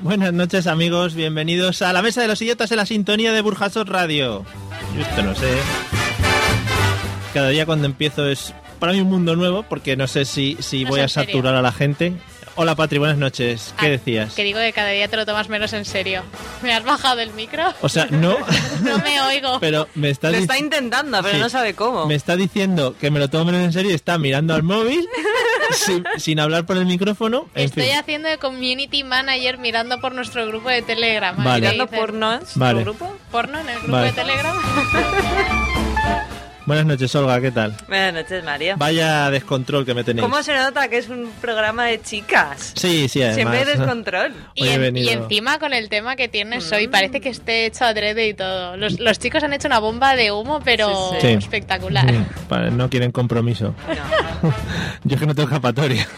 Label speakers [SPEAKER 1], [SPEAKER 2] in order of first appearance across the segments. [SPEAKER 1] Buenas noches amigos, bienvenidos a la Mesa de los Idiotas en la sintonía de Burjasot Radio. Yo esto no sé. Cada día cuando empiezo es para mí un mundo nuevo porque no sé si, si
[SPEAKER 2] No
[SPEAKER 1] voy
[SPEAKER 2] sé,
[SPEAKER 1] a
[SPEAKER 2] en serio.
[SPEAKER 1] saturar a la gente. Hola Patri, buenas noches. ¿Qué
[SPEAKER 2] Ah,
[SPEAKER 1] decías?
[SPEAKER 2] Que digo que cada día te lo tomas menos en serio. ¿Me has bajado el micro?
[SPEAKER 1] O sea, no,
[SPEAKER 2] No me oigo.
[SPEAKER 1] pero me estás
[SPEAKER 3] Lo
[SPEAKER 1] dic-
[SPEAKER 3] está intentando, pero
[SPEAKER 1] Sí.
[SPEAKER 3] no sabe cómo.
[SPEAKER 1] Me está diciendo que me lo tomo menos en serio y está mirando al móvil sin, sin hablar por el micrófono. En
[SPEAKER 2] Estoy
[SPEAKER 1] fin.
[SPEAKER 2] haciendo de community manager mirando por nuestro grupo de Telegram.
[SPEAKER 1] Vale.
[SPEAKER 2] Ahí
[SPEAKER 3] ¿Mirando
[SPEAKER 2] dice,
[SPEAKER 3] pornos
[SPEAKER 1] Vale.
[SPEAKER 3] tu grupo?
[SPEAKER 2] porno en el grupo
[SPEAKER 1] Vale.
[SPEAKER 2] de Telegram.
[SPEAKER 1] Buenas noches, Olga, ¿qué tal?
[SPEAKER 3] Buenas noches, María.
[SPEAKER 1] Vaya descontrol que me tenéis.
[SPEAKER 3] ¿Cómo se nota que es un programa de chicas?
[SPEAKER 1] Sí, sí, además.
[SPEAKER 3] Siempre hay descontrol.
[SPEAKER 2] Y,
[SPEAKER 1] Hoy he
[SPEAKER 2] en-
[SPEAKER 1] venido-
[SPEAKER 2] y encima con el tema que tienes
[SPEAKER 3] Mm.
[SPEAKER 2] hoy, parece que esté hecho adrede y todo. Los, los chicos han hecho una bomba de humo, pero
[SPEAKER 3] Sí,
[SPEAKER 1] sí. Sí.
[SPEAKER 2] espectacular.
[SPEAKER 1] Sí, para- no quieren compromiso. Yo es que no tengo escapatoria.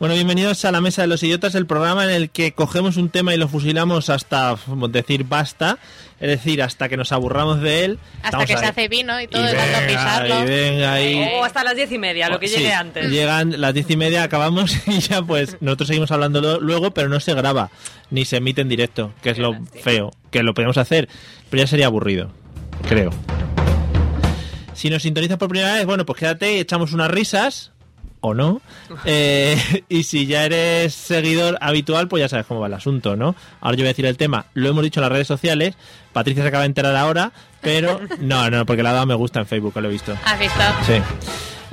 [SPEAKER 1] Bueno, bienvenidos a la Mesa de los Idiotas, el programa en el que cogemos un tema y lo fusilamos hasta f- decir basta, es decir, hasta que nos aburramos de él.
[SPEAKER 2] Hasta
[SPEAKER 1] Vamos
[SPEAKER 2] que
[SPEAKER 1] a
[SPEAKER 2] se
[SPEAKER 1] ver.
[SPEAKER 2] hace vino y
[SPEAKER 1] Y
[SPEAKER 2] todo, es tanto
[SPEAKER 1] venga,
[SPEAKER 2] pisarlo. Oh,
[SPEAKER 1] Y venga, y-
[SPEAKER 3] O hasta las diez y media, lo que
[SPEAKER 1] Sí,
[SPEAKER 3] llegue antes.
[SPEAKER 1] Llegan las diez y media, acabamos y ya pues nosotros seguimos hablando lo- luego, pero no se graba ni se emite en directo, que es lo feo, que lo podemos hacer, pero ya sería aburrido, creo. Si nos sintonizas por primera vez, bueno, pues quédate y echamos unas risas. O no. Eh, y si ya eres seguidor habitual, pues ya sabes cómo va el asunto, ¿no? Ahora yo voy a decir el tema. Lo hemos dicho en las redes sociales. Patricia se acaba de enterar ahora, pero. No, no, porque le ha dado me gusta en Facebook, que lo he visto.
[SPEAKER 2] ¿Has visto?
[SPEAKER 1] Sí.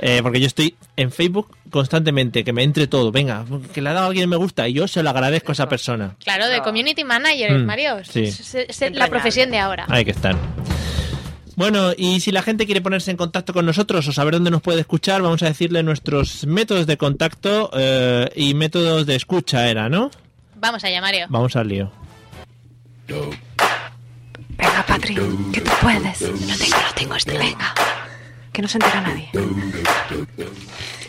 [SPEAKER 1] Eh, porque yo estoy en Facebook constantemente, que me entre todo. Venga, que le ha dado a alguien me gusta y yo se lo agradezco a esa persona.
[SPEAKER 2] Claro, de community manager,
[SPEAKER 1] Mm,
[SPEAKER 2] Mario.
[SPEAKER 1] sí.
[SPEAKER 2] Es- es- es la profesión de ahora.
[SPEAKER 1] Hay que estar. Bueno, y si la gente quiere ponerse en contacto con nosotros o saber dónde nos puede escuchar, vamos a decirle nuestros métodos de contacto eh, y métodos de escucha era, ¿no?
[SPEAKER 2] Vamos allá, Mario.
[SPEAKER 1] Vamos al lío.
[SPEAKER 4] Venga, Patri, que tú puedes. No tengo, no tengo este. Venga. Que no se entera nadie.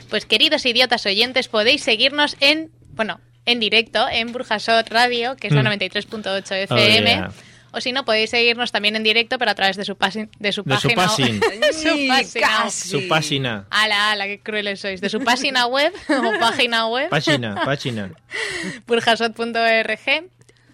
[SPEAKER 2] Pues queridos idiotas oyentes, podéis seguirnos en, bueno, en directo en Burjasot Radio, que es la
[SPEAKER 1] Mm.
[SPEAKER 2] 93.8 FM.
[SPEAKER 1] Oh, yeah.
[SPEAKER 2] O si no, podéis seguirnos también en directo, pero a través de su, pasi- de su
[SPEAKER 1] De su
[SPEAKER 2] página.
[SPEAKER 1] passing.
[SPEAKER 2] Su página.
[SPEAKER 3] casi.
[SPEAKER 1] Su página.
[SPEAKER 2] Ala, ala, qué crueles sois. De su página web o página web,
[SPEAKER 1] Página, página.
[SPEAKER 2] burjasot.org.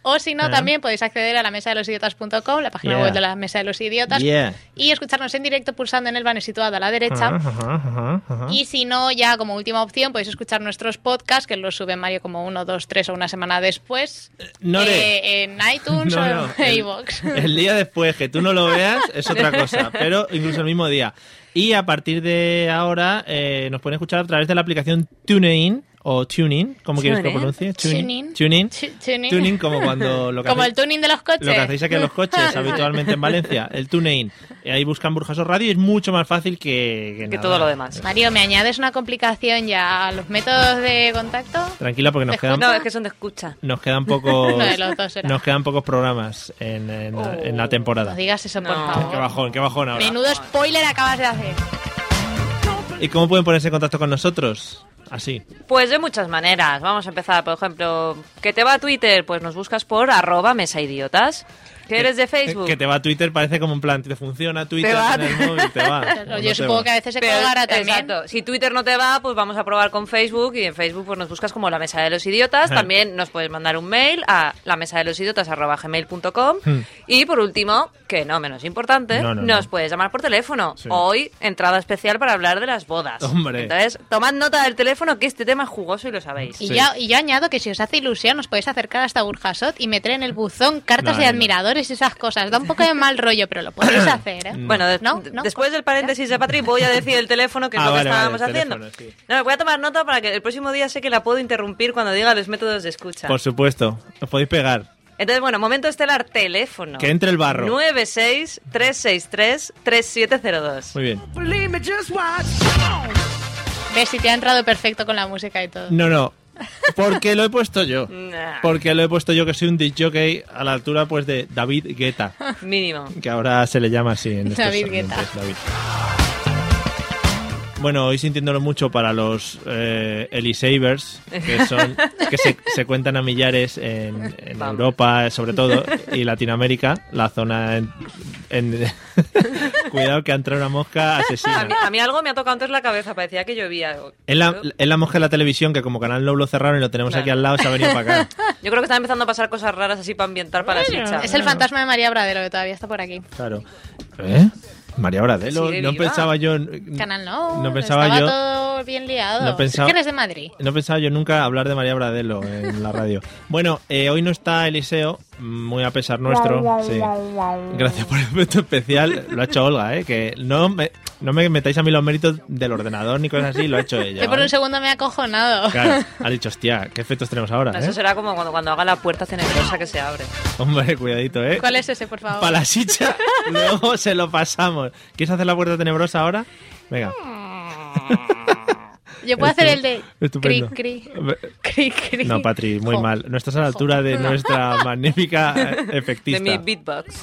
[SPEAKER 2] O si no,
[SPEAKER 1] Ah.
[SPEAKER 2] también podéis acceder a la mesa de los idiotas.com, la página
[SPEAKER 1] Yeah.
[SPEAKER 2] web de la mesa de los idiotas,
[SPEAKER 1] Yeah. Ah.
[SPEAKER 2] y escucharnos en directo pulsando en el banner situado a la derecha.
[SPEAKER 1] Ajá, ajá, ajá, ajá.
[SPEAKER 2] Y si no, ya como última opción, podéis escuchar nuestros podcasts, que los sube Mario como uno, dos, tres o una semana después.
[SPEAKER 1] Nore.
[SPEAKER 2] eh, en iTunes
[SPEAKER 1] No,
[SPEAKER 2] o
[SPEAKER 1] no,
[SPEAKER 2] en
[SPEAKER 1] el-
[SPEAKER 2] iVoox.
[SPEAKER 1] El día después que tú no lo veas es otra cosa, pero incluso el mismo día. Y a partir de ahora eh, nos pueden escuchar a través de la aplicación TuneIn o TuneIn, como quieres que lo pronuncie.
[SPEAKER 2] Tunein.
[SPEAKER 1] TuneIn.
[SPEAKER 2] Tu- tuning.
[SPEAKER 1] TuneIn como cuando lo que
[SPEAKER 2] Como el
[SPEAKER 1] hacéis-
[SPEAKER 2] tuning de los coches.
[SPEAKER 1] lo que hacéis aquí en los coches habitualmente en Valencia, el TuneIn. Eh, Ahí buscan Burjasos Radio y es mucho más fácil que,
[SPEAKER 3] Que
[SPEAKER 1] nada.
[SPEAKER 3] todo lo demás.
[SPEAKER 2] Mario, ¿me añades una complicación ya a los métodos de contacto?
[SPEAKER 1] Tranquila porque nos
[SPEAKER 2] Te
[SPEAKER 1] quedan,
[SPEAKER 3] No, es que son de escucha.
[SPEAKER 1] nos quedan pocos
[SPEAKER 2] Uno eh. de los dos era.
[SPEAKER 1] nos quedan pocos programas en, en- en la temporada.
[SPEAKER 2] No digas eso, por
[SPEAKER 3] No.
[SPEAKER 1] Qué
[SPEAKER 2] favor.
[SPEAKER 1] bajón, qué bajón ahora.
[SPEAKER 2] Menudo spoiler acabas de hacer.
[SPEAKER 1] ¿Y cómo pueden ponerse en contacto con nosotros? Así.
[SPEAKER 3] Pues de muchas maneras. Vamos a empezar, por ejemplo, que te va a Twitter, pues nos buscas por arroba mesaidiotas. Que eres de Facebook.
[SPEAKER 1] Eh, Que te va a Twitter, parece como en plan, te funciona Twitter
[SPEAKER 3] Te va.
[SPEAKER 1] en el móvil, te va. o no
[SPEAKER 2] Yo
[SPEAKER 1] te
[SPEAKER 2] supongo
[SPEAKER 1] va.
[SPEAKER 2] que a veces se
[SPEAKER 3] Pero-
[SPEAKER 2] colgará también.
[SPEAKER 3] Exacto. Si Twitter no te va, pues vamos a probar con Facebook y en Facebook pues nos buscas como la mesa de los idiotas.
[SPEAKER 1] Ajá.
[SPEAKER 3] También nos puedes mandar un mail a la mesa de los idiotas
[SPEAKER 1] Hmm.
[SPEAKER 3] y por último, que no menos importante,
[SPEAKER 1] No, no,
[SPEAKER 3] nos
[SPEAKER 1] no.
[SPEAKER 3] puedes llamar por teléfono.
[SPEAKER 1] Sí.
[SPEAKER 3] Hoy entrada especial para hablar de las bodas.
[SPEAKER 1] Hombre.
[SPEAKER 3] Entonces, tomad nota del teléfono que este tema es jugoso y lo sabéis.
[SPEAKER 2] Y,
[SPEAKER 1] Sí.
[SPEAKER 2] yo, y yo añado que si os hace ilusión os podéis acercar hasta Burjasot y meter en el buzón cartas
[SPEAKER 1] No,
[SPEAKER 2] de
[SPEAKER 1] no.
[SPEAKER 2] admiradores y esas cosas. Da un poco de mal rollo, pero lo podéis hacer, ¿eh?
[SPEAKER 1] Mm.
[SPEAKER 3] Bueno, de-
[SPEAKER 2] No,
[SPEAKER 3] de-
[SPEAKER 2] no.
[SPEAKER 3] después del paréntesis de Patri voy a decir el teléfono que es
[SPEAKER 1] Ah,
[SPEAKER 3] lo que
[SPEAKER 1] vale, vale,
[SPEAKER 3] estábamos
[SPEAKER 1] el
[SPEAKER 3] haciendo.
[SPEAKER 1] teléfono, sí.
[SPEAKER 3] No, voy a tomar nota para que el próximo día sé que la puedo interrumpir cuando diga los métodos de escucha.
[SPEAKER 1] Por supuesto, os podéis pegar.
[SPEAKER 3] Entonces, bueno, momento estelar, teléfono.
[SPEAKER 1] Que entre el barro.
[SPEAKER 3] 96-363-3702.
[SPEAKER 1] Muy bien.
[SPEAKER 2] Ves si te ha entrado perfecto con la música y todo.
[SPEAKER 1] No, no. Porque lo he puesto yo.
[SPEAKER 3] Nah.
[SPEAKER 1] Porque lo he puesto yo que soy un disc jockey a la altura pues de David Guetta,
[SPEAKER 3] Mínimo.
[SPEAKER 1] que ahora se le llama así en estos
[SPEAKER 2] David
[SPEAKER 1] ambientes,
[SPEAKER 2] Guetta.
[SPEAKER 1] David. Bueno, hoy sintiéndolo mucho para los eh, Elisavers, que son que se, se cuentan a millares en, en
[SPEAKER 3] Vamos.
[SPEAKER 1] Europa, eh, sobre todo, y Latinoamérica, la zona en, en- cuidado que ha entrado una mosca
[SPEAKER 3] A mí,
[SPEAKER 1] asesina.
[SPEAKER 3] a mí algo me ha tocado antes la cabeza, parecía que llovía. Yo
[SPEAKER 1] Es la, es la mosca de la televisión que como Canal Noble lo cerraron y lo tenemos
[SPEAKER 3] Claro.
[SPEAKER 1] aquí al lado, se ha venido para acá.
[SPEAKER 3] creo que están empezando a pasar cosas raras así para ambientar para la chicha.
[SPEAKER 2] Es el fantasma de María Bradero que todavía está por aquí.
[SPEAKER 1] Claro. ¿Eh? María Bradelo,
[SPEAKER 3] Sigue
[SPEAKER 1] no
[SPEAKER 3] viva.
[SPEAKER 1] pensaba yo en-
[SPEAKER 2] Canal no.
[SPEAKER 1] Mm. No pensaba
[SPEAKER 2] estaba
[SPEAKER 1] yo-
[SPEAKER 2] todo bien liado.
[SPEAKER 1] No pensaba-
[SPEAKER 2] Es que eres de Madrid.
[SPEAKER 1] No pensaba yo nunca hablar de María Bradelo en la radio. Bueno, eh, hoy no está Eliseo, muy a pesar nuestro. sí. Gracias por el momento especial. Lo ha hecho Olga, ¿eh? Que no me, no me metáis a mí los méritos del ordenador ni cosas así, lo ha hecho ella.
[SPEAKER 2] Yo por
[SPEAKER 1] ¿vale?
[SPEAKER 2] un segundo me he acojonado.
[SPEAKER 1] Claro, ha dicho, hostia, ¿qué efectos tenemos ahora?
[SPEAKER 3] Eso
[SPEAKER 1] eh?
[SPEAKER 3] será como cuando, cuando haga la puerta tenebrosa que se abre.
[SPEAKER 1] Hombre, cuidadito, ¿eh?
[SPEAKER 2] ¿Cuál es ese, por favor?
[SPEAKER 1] Para la chicha, luego se lo pasamos. ¿Quieres hacer la puerta tenebrosa ahora? Venga.
[SPEAKER 2] Yo puedo hacer el de...
[SPEAKER 1] Estupendo.
[SPEAKER 2] Cri, cri.
[SPEAKER 1] Ve-
[SPEAKER 2] Cri, cri.
[SPEAKER 1] No, Patri, muy
[SPEAKER 2] Jo.
[SPEAKER 1] mal. No estás a la altura de nuestra magnífica eh, efectista.
[SPEAKER 3] De mi beatbox.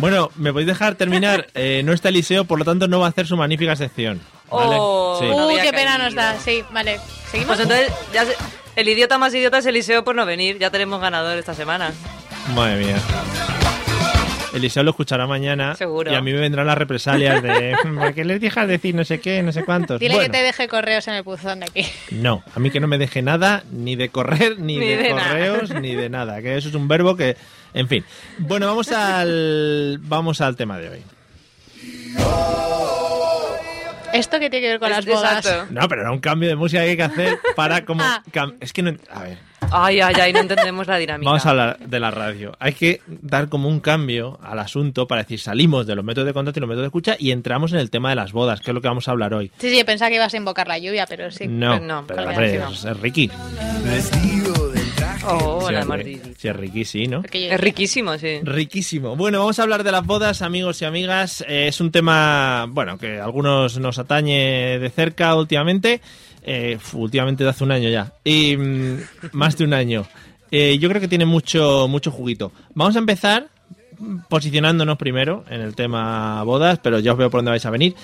[SPEAKER 1] Bueno, me podéis dejar terminar. Eh, no está Eliseo, por lo tanto no va a hacer su magnífica sección. ¿vale?
[SPEAKER 3] Oh.
[SPEAKER 1] Sí.
[SPEAKER 3] No
[SPEAKER 2] Uy,
[SPEAKER 3] había
[SPEAKER 2] Uh, qué pena
[SPEAKER 3] caído.
[SPEAKER 2] nos da. Sí, vale. Seguimos.
[SPEAKER 3] Pues entonces, ya se- el idiota más idiota es Eliseo por no venir. Ya tenemos ganador esta semana.
[SPEAKER 1] Madre mía. Eliseo lo escuchará mañana.
[SPEAKER 3] Seguro.
[SPEAKER 1] Y a mí me vendrán las represalias de. ¿Por qué les dejas decir no sé qué, no sé cuántos?
[SPEAKER 2] Dile
[SPEAKER 1] Pues, Bueno,
[SPEAKER 2] que te deje correos en el buzón de aquí.
[SPEAKER 1] No, a mí que no me deje nada, ni de correr, ni,
[SPEAKER 3] Ni
[SPEAKER 1] de,
[SPEAKER 3] de nada.
[SPEAKER 1] correos, ni de nada. Que eso es un verbo que. En fin. Bueno, vamos al. Vamos al tema de hoy.
[SPEAKER 2] Esto que tiene que ver con las
[SPEAKER 3] Es-
[SPEAKER 2] bodas.
[SPEAKER 3] Exacto.
[SPEAKER 1] No, pero era un cambio de música que hay que hacer para como.
[SPEAKER 2] Ah.
[SPEAKER 1] cam- Es que no. A ver.
[SPEAKER 3] Ay, ay, ay, no entendemos la dinámica.
[SPEAKER 1] Vamos a hablar de la radio. Hay que dar como un cambio al asunto para decir salimos de los métodos de contacto y los métodos de escucha y entramos en el tema de las bodas, que es lo que vamos a hablar hoy.
[SPEAKER 2] Sí, sí, yo pensaba que ibas a invocar la lluvia, pero sí.
[SPEAKER 1] no,
[SPEAKER 3] pues no,
[SPEAKER 1] pero,
[SPEAKER 3] claro
[SPEAKER 1] hombre,
[SPEAKER 3] que no.
[SPEAKER 1] es, es Ricky.
[SPEAKER 3] Oh,
[SPEAKER 1] Sí,
[SPEAKER 3] la
[SPEAKER 1] hombre.
[SPEAKER 3] Martí.
[SPEAKER 1] Sí, es Ricky, sí, ¿no?
[SPEAKER 2] Porque yo-
[SPEAKER 3] Es riquísimo, sí.
[SPEAKER 1] Riquísimo. Bueno, vamos a hablar de las bodas, amigos y amigas. Eh, es un tema, bueno, que a algunos nos atañe de cerca últimamente. Eh, fu- últimamente de hace un año ya. Y mm, más de un año. Eh, yo creo que tiene mucho, mucho juguito. Vamos a empezar posicionándonos primero en el tema bodas, pero ya os veo por dónde vais a venir.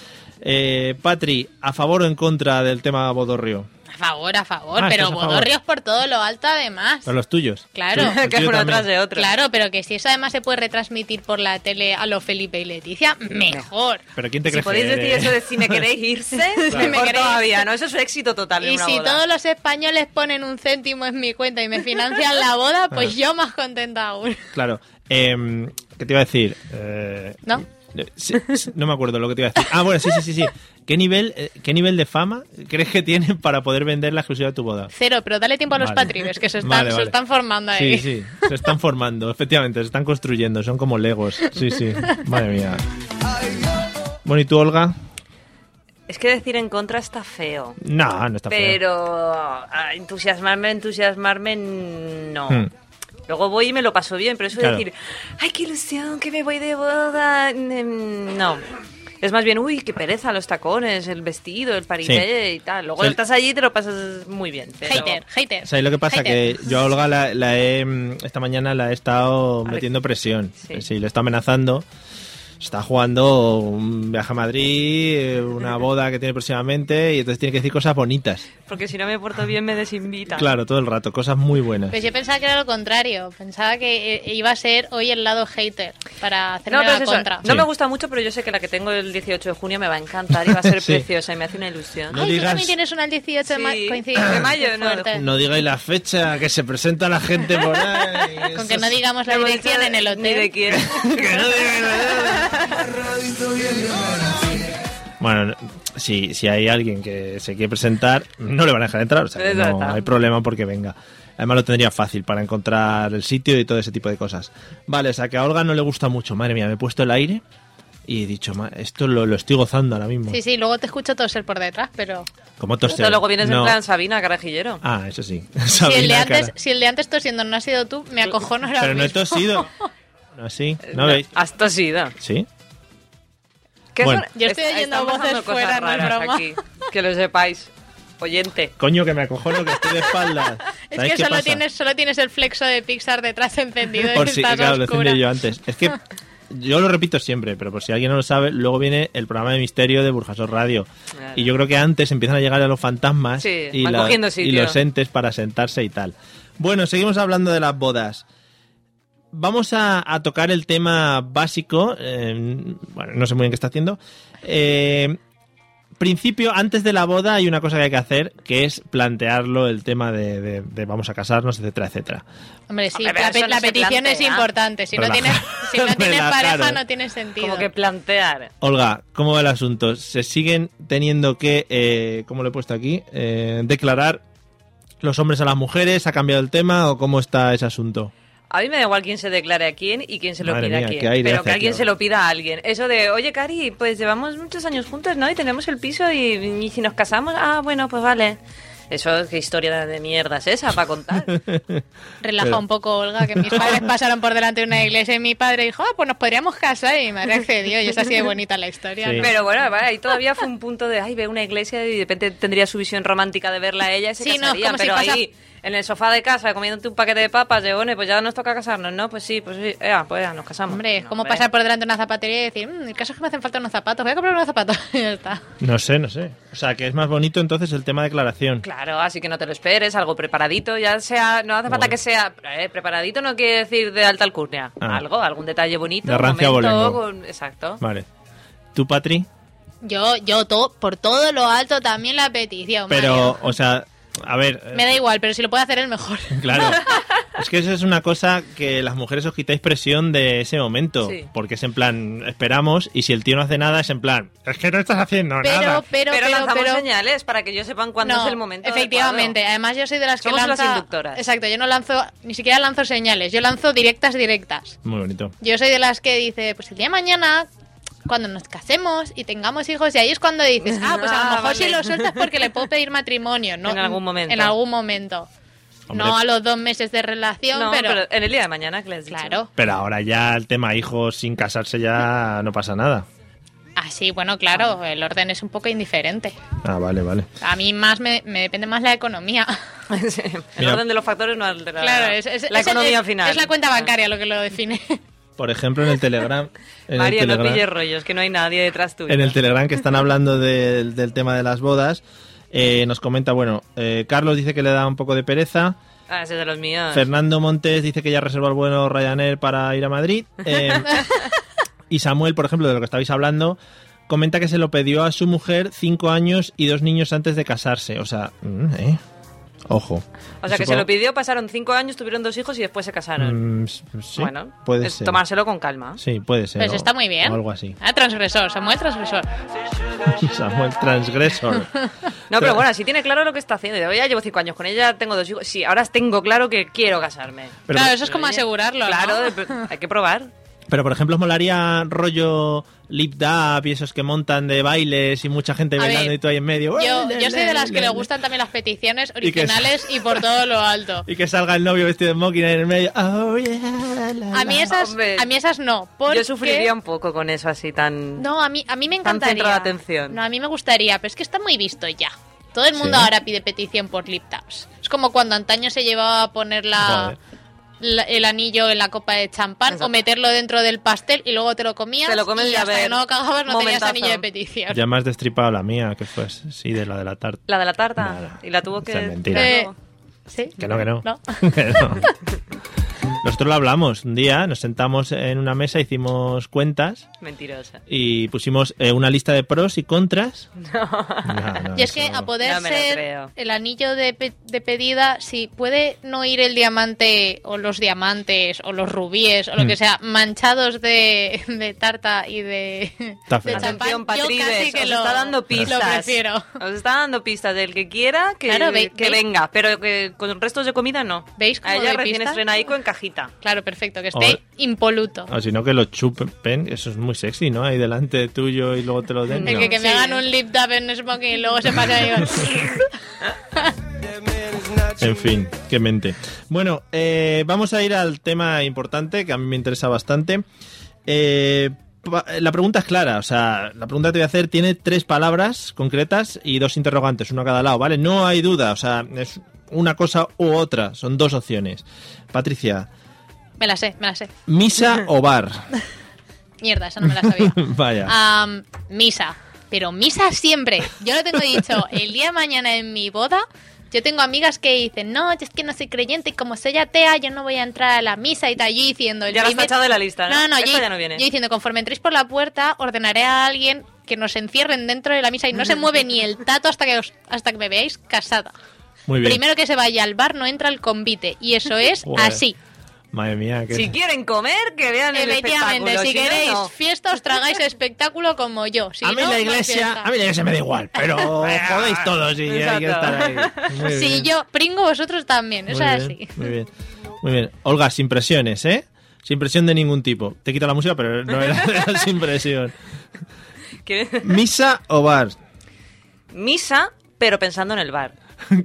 [SPEAKER 1] Eh, Patri, ¿a favor o en contra del tema bodorrio?
[SPEAKER 2] A favor, a favor,
[SPEAKER 1] Ah,
[SPEAKER 2] pero
[SPEAKER 1] estás a favor.
[SPEAKER 2] bodorrios por todo lo alto además.
[SPEAKER 1] Pero los tuyos.
[SPEAKER 2] Claro.
[SPEAKER 1] Sí, el
[SPEAKER 3] que
[SPEAKER 1] tuyo
[SPEAKER 3] uno
[SPEAKER 1] también.
[SPEAKER 3] atrás de otro.
[SPEAKER 2] Claro, pero que si eso además se puede retransmitir por la tele a lo Felipe y Leticia, mejor.
[SPEAKER 1] Pero ¿quién te
[SPEAKER 3] Si
[SPEAKER 1] crees que
[SPEAKER 3] podéis decir
[SPEAKER 1] eres?
[SPEAKER 3] eso de si me queréis irse,
[SPEAKER 2] me
[SPEAKER 3] mejor
[SPEAKER 2] queréis.
[SPEAKER 3] todavía, ¿no? Eso es éxito total. en
[SPEAKER 2] Y
[SPEAKER 3] una
[SPEAKER 2] si
[SPEAKER 3] boda.
[SPEAKER 2] todos los españoles ponen un céntimo en mi cuenta y me financian la boda,
[SPEAKER 1] Ah.
[SPEAKER 2] pues yo más contenta aún.
[SPEAKER 1] Claro. Em, ¿Qué te iba a decir? Eh,
[SPEAKER 2] ¿No?
[SPEAKER 1] eh, sí, sí, no me acuerdo lo que te iba a decir. Ah, bueno, sí, sí, sí. sí. ¿Qué, nivel, eh, ¿Qué nivel de fama crees que tienen para poder vender la exclusiva de tu boda?
[SPEAKER 2] Cero, pero dale tiempo a los
[SPEAKER 1] Vale.
[SPEAKER 2] patribes que se están,
[SPEAKER 1] Vale,
[SPEAKER 2] se
[SPEAKER 1] vale.
[SPEAKER 2] están formando ahí.
[SPEAKER 1] Sí, sí. Se están formando, efectivamente. Se están construyendo. Son como legos. Sí, sí. Madre mía. Bueno, ¿y tú, Olga?
[SPEAKER 3] Es que decir en contra está feo.
[SPEAKER 1] No, no está feo.
[SPEAKER 3] Pero ah, entusiasmarme, entusiasmarme, no.
[SPEAKER 1] Hmm.
[SPEAKER 3] Luego voy y me lo paso bien, pero eso
[SPEAKER 1] Claro.
[SPEAKER 3] de decir, ¡ay, qué ilusión, que me voy de boda! mm, No. Es más bien, uy, qué pereza, los tacones, el vestido, el parité y tal. Luego
[SPEAKER 1] O sea,
[SPEAKER 3] estás allí y te lo pasas muy bien. pero-
[SPEAKER 2] Hater, hater.
[SPEAKER 1] O sea, y lo que pasa
[SPEAKER 2] hater.
[SPEAKER 1] que yo a Olga la, la he, mm, esta mañana la he estado
[SPEAKER 3] A ver.
[SPEAKER 1] metiendo presión.
[SPEAKER 3] Sí.
[SPEAKER 1] Sí. le está amenazando. está jugando un viaje a Madrid, eh, una boda que tiene próximamente, y entonces tiene que decir cosas bonitas.
[SPEAKER 3] Porque si no me porto bien me desinvita.
[SPEAKER 1] Claro, todo el rato, cosas muy buenas.
[SPEAKER 2] Pues yo pensaba que era lo contrario. Pensaba que eh, iba a ser hoy el lado hater para hacerme
[SPEAKER 3] No, pero
[SPEAKER 2] la
[SPEAKER 3] es eso,
[SPEAKER 2] contra.
[SPEAKER 3] no
[SPEAKER 1] Sí.
[SPEAKER 3] me gusta mucho, pero yo sé que la que tengo el 18 de junio me va a encantar y va a ser
[SPEAKER 1] Sí.
[SPEAKER 3] preciosa y me hace una ilusión.
[SPEAKER 1] No
[SPEAKER 2] Ay, tú
[SPEAKER 1] digas-
[SPEAKER 2] también tienes una el 18 de
[SPEAKER 3] Sí,
[SPEAKER 2] mayo.
[SPEAKER 3] de mayo, no, de
[SPEAKER 1] No digáis la fecha, que se presenta la gente por ahí.
[SPEAKER 2] Con
[SPEAKER 1] eso
[SPEAKER 2] que no
[SPEAKER 1] es-
[SPEAKER 2] digamos Pues la
[SPEAKER 3] Hemos
[SPEAKER 2] dirección
[SPEAKER 3] dicho
[SPEAKER 2] en el
[SPEAKER 3] Ni de
[SPEAKER 2] hotel.
[SPEAKER 3] quién.
[SPEAKER 1] Que no digáis la- Bueno, si, si hay alguien que se quiere presentar, no le van a dejar entrar, o sea que no
[SPEAKER 3] Exacto.
[SPEAKER 1] hay problema porque venga. Además lo tendría fácil para encontrar el sitio y todo ese tipo de cosas. Vale, o sea que a Olga no le gusta mucho. Madre mía, me he puesto el aire y he dicho, "Ma- esto lo, lo estoy gozando ahora mismo.
[SPEAKER 2] Sí, sí, luego te escucho toser por detrás, pero...
[SPEAKER 1] Como toster.
[SPEAKER 3] No, luego vienes
[SPEAKER 1] No.
[SPEAKER 3] en plan Sabina, carajillero.
[SPEAKER 1] Ah, eso sí.
[SPEAKER 2] Si el, de
[SPEAKER 1] Sabina,
[SPEAKER 2] antes,
[SPEAKER 1] cara.
[SPEAKER 2] si el de antes tosiendo no ha sido tú, me acojono ahora
[SPEAKER 1] Pero no he
[SPEAKER 2] mismo.
[SPEAKER 1] tosido. No, sí. No,
[SPEAKER 3] No,
[SPEAKER 1] veis.
[SPEAKER 3] Has tosido.
[SPEAKER 1] ¿Sí?
[SPEAKER 3] ¿Qué
[SPEAKER 1] Bueno.
[SPEAKER 3] son-
[SPEAKER 2] Yo estoy
[SPEAKER 3] Est-
[SPEAKER 2] oyendo
[SPEAKER 3] están
[SPEAKER 2] voces
[SPEAKER 3] pasando cosas
[SPEAKER 2] fuera, no es
[SPEAKER 3] raras
[SPEAKER 2] broma.
[SPEAKER 3] aquí. Que lo sepáis. Oyente.
[SPEAKER 1] Coño, que me acojono, que estoy de espaldas.
[SPEAKER 2] Es
[SPEAKER 1] ¿Sabéis
[SPEAKER 2] que
[SPEAKER 1] qué
[SPEAKER 2] solo
[SPEAKER 1] pasa?
[SPEAKER 2] tienes, solo tienes el flexo de Pixar detrás encendido
[SPEAKER 1] Por
[SPEAKER 2] y
[SPEAKER 1] si,
[SPEAKER 2] estás
[SPEAKER 1] claro, lo
[SPEAKER 2] oscura.
[SPEAKER 1] decía yo antes. Es que yo lo repito siempre, pero por si alguien no lo sabe, luego viene el programa de misterio de Burjasot Radio.
[SPEAKER 3] Claro.
[SPEAKER 1] Y yo creo que antes empiezan a llegar a los fantasmas
[SPEAKER 3] Sí,
[SPEAKER 1] y,
[SPEAKER 3] van
[SPEAKER 1] la-
[SPEAKER 3] cogiendo
[SPEAKER 1] y
[SPEAKER 3] sitio.
[SPEAKER 1] los entes para sentarse y tal. Bueno, seguimos hablando de las bodas. Vamos a, a tocar el tema básico. eh, bueno, no sé muy bien qué está haciendo. Eh, principio, antes de la boda, hay una cosa que hay que hacer, que es plantearlo el tema de, de- de vamos a casarnos, etcétera, etcétera.
[SPEAKER 2] Hombre, sí,
[SPEAKER 3] Hombre, pero
[SPEAKER 2] la,
[SPEAKER 3] eso
[SPEAKER 2] pe-
[SPEAKER 3] no
[SPEAKER 2] la
[SPEAKER 3] se
[SPEAKER 2] petición
[SPEAKER 3] plantea.
[SPEAKER 2] es importante. Si no
[SPEAKER 1] Relaja-
[SPEAKER 2] tienes, si no tienes pareja,
[SPEAKER 1] Relajaros.
[SPEAKER 2] no tiene sentido.
[SPEAKER 3] Como que plantear.
[SPEAKER 1] Olga, ¿cómo va el asunto? ¿Se siguen teniendo que, eh, ¿cómo lo he puesto aquí? Eh, declarar los hombres a las mujeres, ¿ha cambiado el tema o cómo está ese asunto?
[SPEAKER 3] A mí me da igual quién se declare a quién y quién se lo
[SPEAKER 1] Madre
[SPEAKER 3] pida
[SPEAKER 1] mía,
[SPEAKER 3] a quién.
[SPEAKER 1] qué aire
[SPEAKER 3] pero
[SPEAKER 1] hace
[SPEAKER 3] que
[SPEAKER 1] aquí
[SPEAKER 3] alguien
[SPEAKER 1] ahora.
[SPEAKER 3] se lo pida a alguien. Eso de, oye, Cari, pues llevamos muchos años juntos, ¿no? Y tenemos el piso y, y si nos casamos, ah, bueno, pues vale. Eso, qué historia de mierda es esa para contar.
[SPEAKER 2] Relaja
[SPEAKER 1] Pero-
[SPEAKER 2] un poco, Olga, que mis padres pasaron por delante de una iglesia y mi padre dijo, ah, pues nos podríamos casar y mi madre accedió y es así de bonita la historia.
[SPEAKER 1] Sí.
[SPEAKER 2] ¿no?
[SPEAKER 3] Pero bueno, vale, ahí todavía fue un punto de, ay, ve una iglesia y de repente tendría su visión romántica de verla a ella y se
[SPEAKER 2] Sí, no, es
[SPEAKER 3] casarían,
[SPEAKER 2] como si
[SPEAKER 3] pero
[SPEAKER 2] pasa-
[SPEAKER 3] ahí, en el sofá de casa, comiéndote un paquete de papas, de bueno, pues ya nos toca casarnos, ¿no? Pues sí, pues sí, ea, pues ea, nos casamos.
[SPEAKER 2] Hombre, es
[SPEAKER 3] No,
[SPEAKER 2] como
[SPEAKER 3] hombre.
[SPEAKER 2] pasar por delante de una zapatería y decir, "Mm, el caso es que me hacen falta unos zapatos, voy a comprar unos zapatos y ya está.
[SPEAKER 1] No sé, no sé. O sea, que es más bonito entonces el tema de declaración.
[SPEAKER 3] Claro, así que no te lo esperes, algo preparadito, ya sea, no hace falta
[SPEAKER 1] Bueno.
[SPEAKER 3] que sea, eh, preparadito no quiere decir de alta alcurnia,
[SPEAKER 1] Ah.
[SPEAKER 3] algo, algún detalle bonito,
[SPEAKER 1] De rancia
[SPEAKER 3] un momento,
[SPEAKER 1] bolengo.
[SPEAKER 3] con- exacto.
[SPEAKER 1] Vale. ¿Tú, Patri?
[SPEAKER 2] Yo, yo to- por todo lo alto también la petición.
[SPEAKER 1] Pero,
[SPEAKER 2] Mario.
[SPEAKER 1] o sea, a ver... eh,
[SPEAKER 2] Me da igual, pero si lo puede hacer él mejor.
[SPEAKER 1] Claro. Es que eso es una cosa que las mujeres os quitáis presión de ese momento.
[SPEAKER 3] Sí.
[SPEAKER 1] Porque es en plan, esperamos, y si el tío no hace nada, es en plan, es que no estás haciendo nada.
[SPEAKER 2] Pero, pero,
[SPEAKER 3] Pero,
[SPEAKER 2] pero,
[SPEAKER 3] lanzamos
[SPEAKER 2] pero-
[SPEAKER 3] señales para que ellos sepan cuándo
[SPEAKER 2] No,
[SPEAKER 3] es el momento.
[SPEAKER 2] Efectivamente,
[SPEAKER 3] adecuado.
[SPEAKER 2] además yo soy de las que
[SPEAKER 3] Somos las
[SPEAKER 2] lanza-
[SPEAKER 3] inductoras.
[SPEAKER 2] Exacto, yo no lanzo, ni siquiera lanzo señales, yo lanzo directas, directas.
[SPEAKER 1] Muy bonito.
[SPEAKER 2] Yo soy de las que dice, pues el día de mañana, cuando nos casemos y tengamos hijos, y ahí es cuando dices, ah, pues a lo
[SPEAKER 3] Ah,
[SPEAKER 2] mejor
[SPEAKER 3] vale.
[SPEAKER 2] si lo sueltas porque le puedo pedir matrimonio, ¿no?
[SPEAKER 3] En algún momento.
[SPEAKER 2] En algún momento.
[SPEAKER 1] Hombre.
[SPEAKER 2] No a los dos meses de relación,
[SPEAKER 3] No,
[SPEAKER 2] pero,
[SPEAKER 3] pero... en el día de mañana, que les dicho.
[SPEAKER 2] Claro.
[SPEAKER 1] Pero ahora ya el tema hijos sin casarse ya no pasa nada.
[SPEAKER 2] Así, Ah, bueno, claro, el orden es un poco indiferente.
[SPEAKER 1] Ah, vale, vale.
[SPEAKER 2] A mí más me, me depende más la economía.
[SPEAKER 3] Sí, el
[SPEAKER 1] Mira.
[SPEAKER 3] orden de los factores no altera
[SPEAKER 2] claro, es, es-
[SPEAKER 3] la
[SPEAKER 2] es-
[SPEAKER 3] economía
[SPEAKER 2] es-
[SPEAKER 3] final. Ah.
[SPEAKER 2] Es la cuenta bancaria lo que lo define. Pues
[SPEAKER 1] Por ejemplo, en el Telegram. En
[SPEAKER 3] Mario,
[SPEAKER 1] el
[SPEAKER 3] no
[SPEAKER 1] Telegram,
[SPEAKER 3] pilles rollos, que no hay nadie detrás tuyo.
[SPEAKER 1] en el Telegram que están hablando del- del tema de las bodas. eh, nos comenta, bueno, eh, Carlos dice que le da un poco de pereza.
[SPEAKER 3] Ah, ese es de los míos.
[SPEAKER 1] Fernando Montes dice que ya reservó el vuelo Ryanair para ir a Madrid. eh, y Samuel, por ejemplo, de lo que estabais hablando, comenta que se lo pidió a su mujer cinco años y dos niños antes de casarse. O sea, mm, eh, ojo.
[SPEAKER 3] O sea, que se
[SPEAKER 1] Supongo-
[SPEAKER 3] lo pidió, pasaron cinco años, tuvieron dos hijos y después se casaron.
[SPEAKER 1] Mm, s- sí,
[SPEAKER 3] bueno,
[SPEAKER 1] puede
[SPEAKER 3] es
[SPEAKER 1] ser.
[SPEAKER 3] tomárselo con calma.
[SPEAKER 1] Sí, puede ser.
[SPEAKER 2] Pues
[SPEAKER 1] o-
[SPEAKER 2] está muy bien.
[SPEAKER 1] o algo así.
[SPEAKER 2] Ah, transgresor, Samuel transgresor.
[SPEAKER 1] Samuel transgresor.
[SPEAKER 3] No,
[SPEAKER 1] Tra-
[SPEAKER 3] pero bueno, si tiene claro lo que está haciendo. Digo, ya llevo cinco años con ella, tengo dos hijos. Sí, ahora tengo claro que quiero casarme.
[SPEAKER 1] Pero,
[SPEAKER 2] claro, eso es como
[SPEAKER 3] Oye,
[SPEAKER 2] asegurarlo.
[SPEAKER 3] Claro,
[SPEAKER 2] ¿no?
[SPEAKER 3] de- pero hay que probar.
[SPEAKER 1] pero, por ejemplo, os molaría rollo lip dub y esos que montan de bailes y mucha gente
[SPEAKER 2] A
[SPEAKER 1] bailando
[SPEAKER 2] ver,
[SPEAKER 1] y tú ahí en medio.
[SPEAKER 2] Yo,
[SPEAKER 1] Le,
[SPEAKER 2] yo soy de
[SPEAKER 1] le,
[SPEAKER 2] las que
[SPEAKER 1] le,
[SPEAKER 2] le
[SPEAKER 1] le.
[SPEAKER 2] gustan también las peticiones
[SPEAKER 1] Y que-
[SPEAKER 2] originales y por todo lo alto.
[SPEAKER 1] Y que salga el novio vestido de mocking ahí en el medio. Oh, yeah, la,
[SPEAKER 2] A mí
[SPEAKER 1] la.
[SPEAKER 2] esas,
[SPEAKER 3] Hombre,
[SPEAKER 2] a mí esas no. Porque...
[SPEAKER 3] Yo sufriría un poco con eso así tan...
[SPEAKER 2] No, a mí, a mí me
[SPEAKER 3] Tan
[SPEAKER 2] encantaría.
[SPEAKER 3] centrado de atención.
[SPEAKER 2] No, a mí me gustaría, pero es que está muy visto ya. Todo el mundo
[SPEAKER 1] Sí.
[SPEAKER 2] ahora pide petición por lip taps. Es como cuando antaño se llevaba a poner la,
[SPEAKER 1] Joder.
[SPEAKER 2] la- el anillo en la copa de champán
[SPEAKER 3] Exacto.
[SPEAKER 2] o meterlo dentro del pastel y luego te lo comías.
[SPEAKER 3] Te lo comes
[SPEAKER 2] y
[SPEAKER 3] ya, a
[SPEAKER 2] hasta que
[SPEAKER 3] ver,
[SPEAKER 2] no cagabas no tenías
[SPEAKER 3] momentazo.
[SPEAKER 2] anillo de petición.
[SPEAKER 1] Ya me has destripado la mía, que fue sí, de la de la tarta.
[SPEAKER 3] La de la tarta.
[SPEAKER 1] Nada.
[SPEAKER 3] Y la tuvo que.
[SPEAKER 1] Esa es mentira.
[SPEAKER 2] Eh,
[SPEAKER 3] Luego.
[SPEAKER 2] ¿Sí?
[SPEAKER 1] Que no, que no.
[SPEAKER 2] No.
[SPEAKER 1] Que no. Nosotros lo hablamos un día, nos sentamos en una mesa, hicimos cuentas
[SPEAKER 2] Eh,
[SPEAKER 3] Mentirosa.
[SPEAKER 1] y pusimos eh, una lista de pros y contras. No, no,
[SPEAKER 2] Y es
[SPEAKER 1] eso
[SPEAKER 2] que
[SPEAKER 1] no.
[SPEAKER 2] a poder
[SPEAKER 3] No me lo
[SPEAKER 2] ser
[SPEAKER 3] creo.
[SPEAKER 2] el anillo de, pe- de pedida, si puede no ir el diamante o los diamantes o los rubíes o lo
[SPEAKER 1] Mm.
[SPEAKER 2] que sea manchados de, de tarta y de,
[SPEAKER 1] Está
[SPEAKER 2] de
[SPEAKER 1] feo.
[SPEAKER 3] Atención,
[SPEAKER 2] yo casi
[SPEAKER 3] Patribes,
[SPEAKER 2] que
[SPEAKER 3] os
[SPEAKER 2] lo-
[SPEAKER 3] está dando pistas.
[SPEAKER 2] Lo prefiero.
[SPEAKER 3] Os está dando pistas del que quiera que,
[SPEAKER 2] Claro, ve-
[SPEAKER 3] que
[SPEAKER 2] ve-
[SPEAKER 3] venga, pero que con restos de comida no.
[SPEAKER 2] ¿Veis cómo
[SPEAKER 3] A ella
[SPEAKER 2] doy
[SPEAKER 3] recién
[SPEAKER 2] pistas?
[SPEAKER 3] estrenaico en cajita.
[SPEAKER 2] Claro, perfecto, que esté
[SPEAKER 1] Ahora-
[SPEAKER 2] impoluto.
[SPEAKER 1] O Ah, si no, que lo chupen, eso es muy sexy, ¿no? Ahí delante tuyo y luego te lo den.
[SPEAKER 2] El
[SPEAKER 1] No.
[SPEAKER 2] que, que me hagan un lip dab en smoking y luego se pasa y
[SPEAKER 1] En fin, qué mente. Bueno, eh, vamos a ir al tema importante que a mí me interesa bastante. Eh, pa- la pregunta es clara, o sea, la pregunta que te voy a hacer tiene tres palabras concretas y dos interrogantes, uno a cada lado, ¿vale? No hay duda, o sea, es una cosa u otra, son dos opciones. Patricia,
[SPEAKER 2] Me la sé, me la sé.
[SPEAKER 1] ¿misa o bar?
[SPEAKER 2] Mierda, esa no me la sabía.
[SPEAKER 1] Vaya.
[SPEAKER 2] Am, misa. Pero misa siempre. Yo lo tengo dicho. El día de mañana en mi boda, yo tengo amigas que dicen, no, yo es que no soy creyente y como soy atea, yo no voy a entrar a la misa y tal. Yo diciendo... el
[SPEAKER 3] Ya la has
[SPEAKER 2] primer-
[SPEAKER 3] tachado de la lista, ¿no?
[SPEAKER 2] No, no,
[SPEAKER 3] Esta
[SPEAKER 2] yo,
[SPEAKER 3] ya no viene.
[SPEAKER 2] yo diciendo, conforme entréis por la puerta, ordenaré a alguien que nos encierren dentro de la misa y no se mueve ni el tato hasta que, os- hasta que me veáis casada.
[SPEAKER 1] Muy bien.
[SPEAKER 2] Primero que se vaya al bar no entra al convite. Y eso es
[SPEAKER 1] Joder.
[SPEAKER 2] así.
[SPEAKER 1] Madre mía, que...
[SPEAKER 3] Si quieren comer, que vean el
[SPEAKER 2] Efectivamente,
[SPEAKER 3] espectáculo.
[SPEAKER 2] si
[SPEAKER 3] no,
[SPEAKER 2] queréis
[SPEAKER 3] no.
[SPEAKER 2] fiesta, os tragáis espectáculo como yo. Si
[SPEAKER 1] a mí
[SPEAKER 2] no, no
[SPEAKER 1] la
[SPEAKER 2] hay
[SPEAKER 1] iglesia,
[SPEAKER 2] fiesta.
[SPEAKER 1] a mí la iglesia me da igual, pero jodéis todos y hay que
[SPEAKER 3] Exacto.
[SPEAKER 1] estar ahí. Muy
[SPEAKER 2] Si
[SPEAKER 1] bien.
[SPEAKER 2] yo pringo, vosotros también. Eso
[SPEAKER 1] Muy
[SPEAKER 2] es
[SPEAKER 1] bien,
[SPEAKER 2] así.
[SPEAKER 1] Muy bien, muy bien. Olga, sin presiones, ¿eh? Sin presión de ningún tipo. Te quito la música, pero no era, era sin presión.
[SPEAKER 3] ¿Quieren-
[SPEAKER 1] ¿Misa o bar?
[SPEAKER 3] Misa, pero pensando en el bar.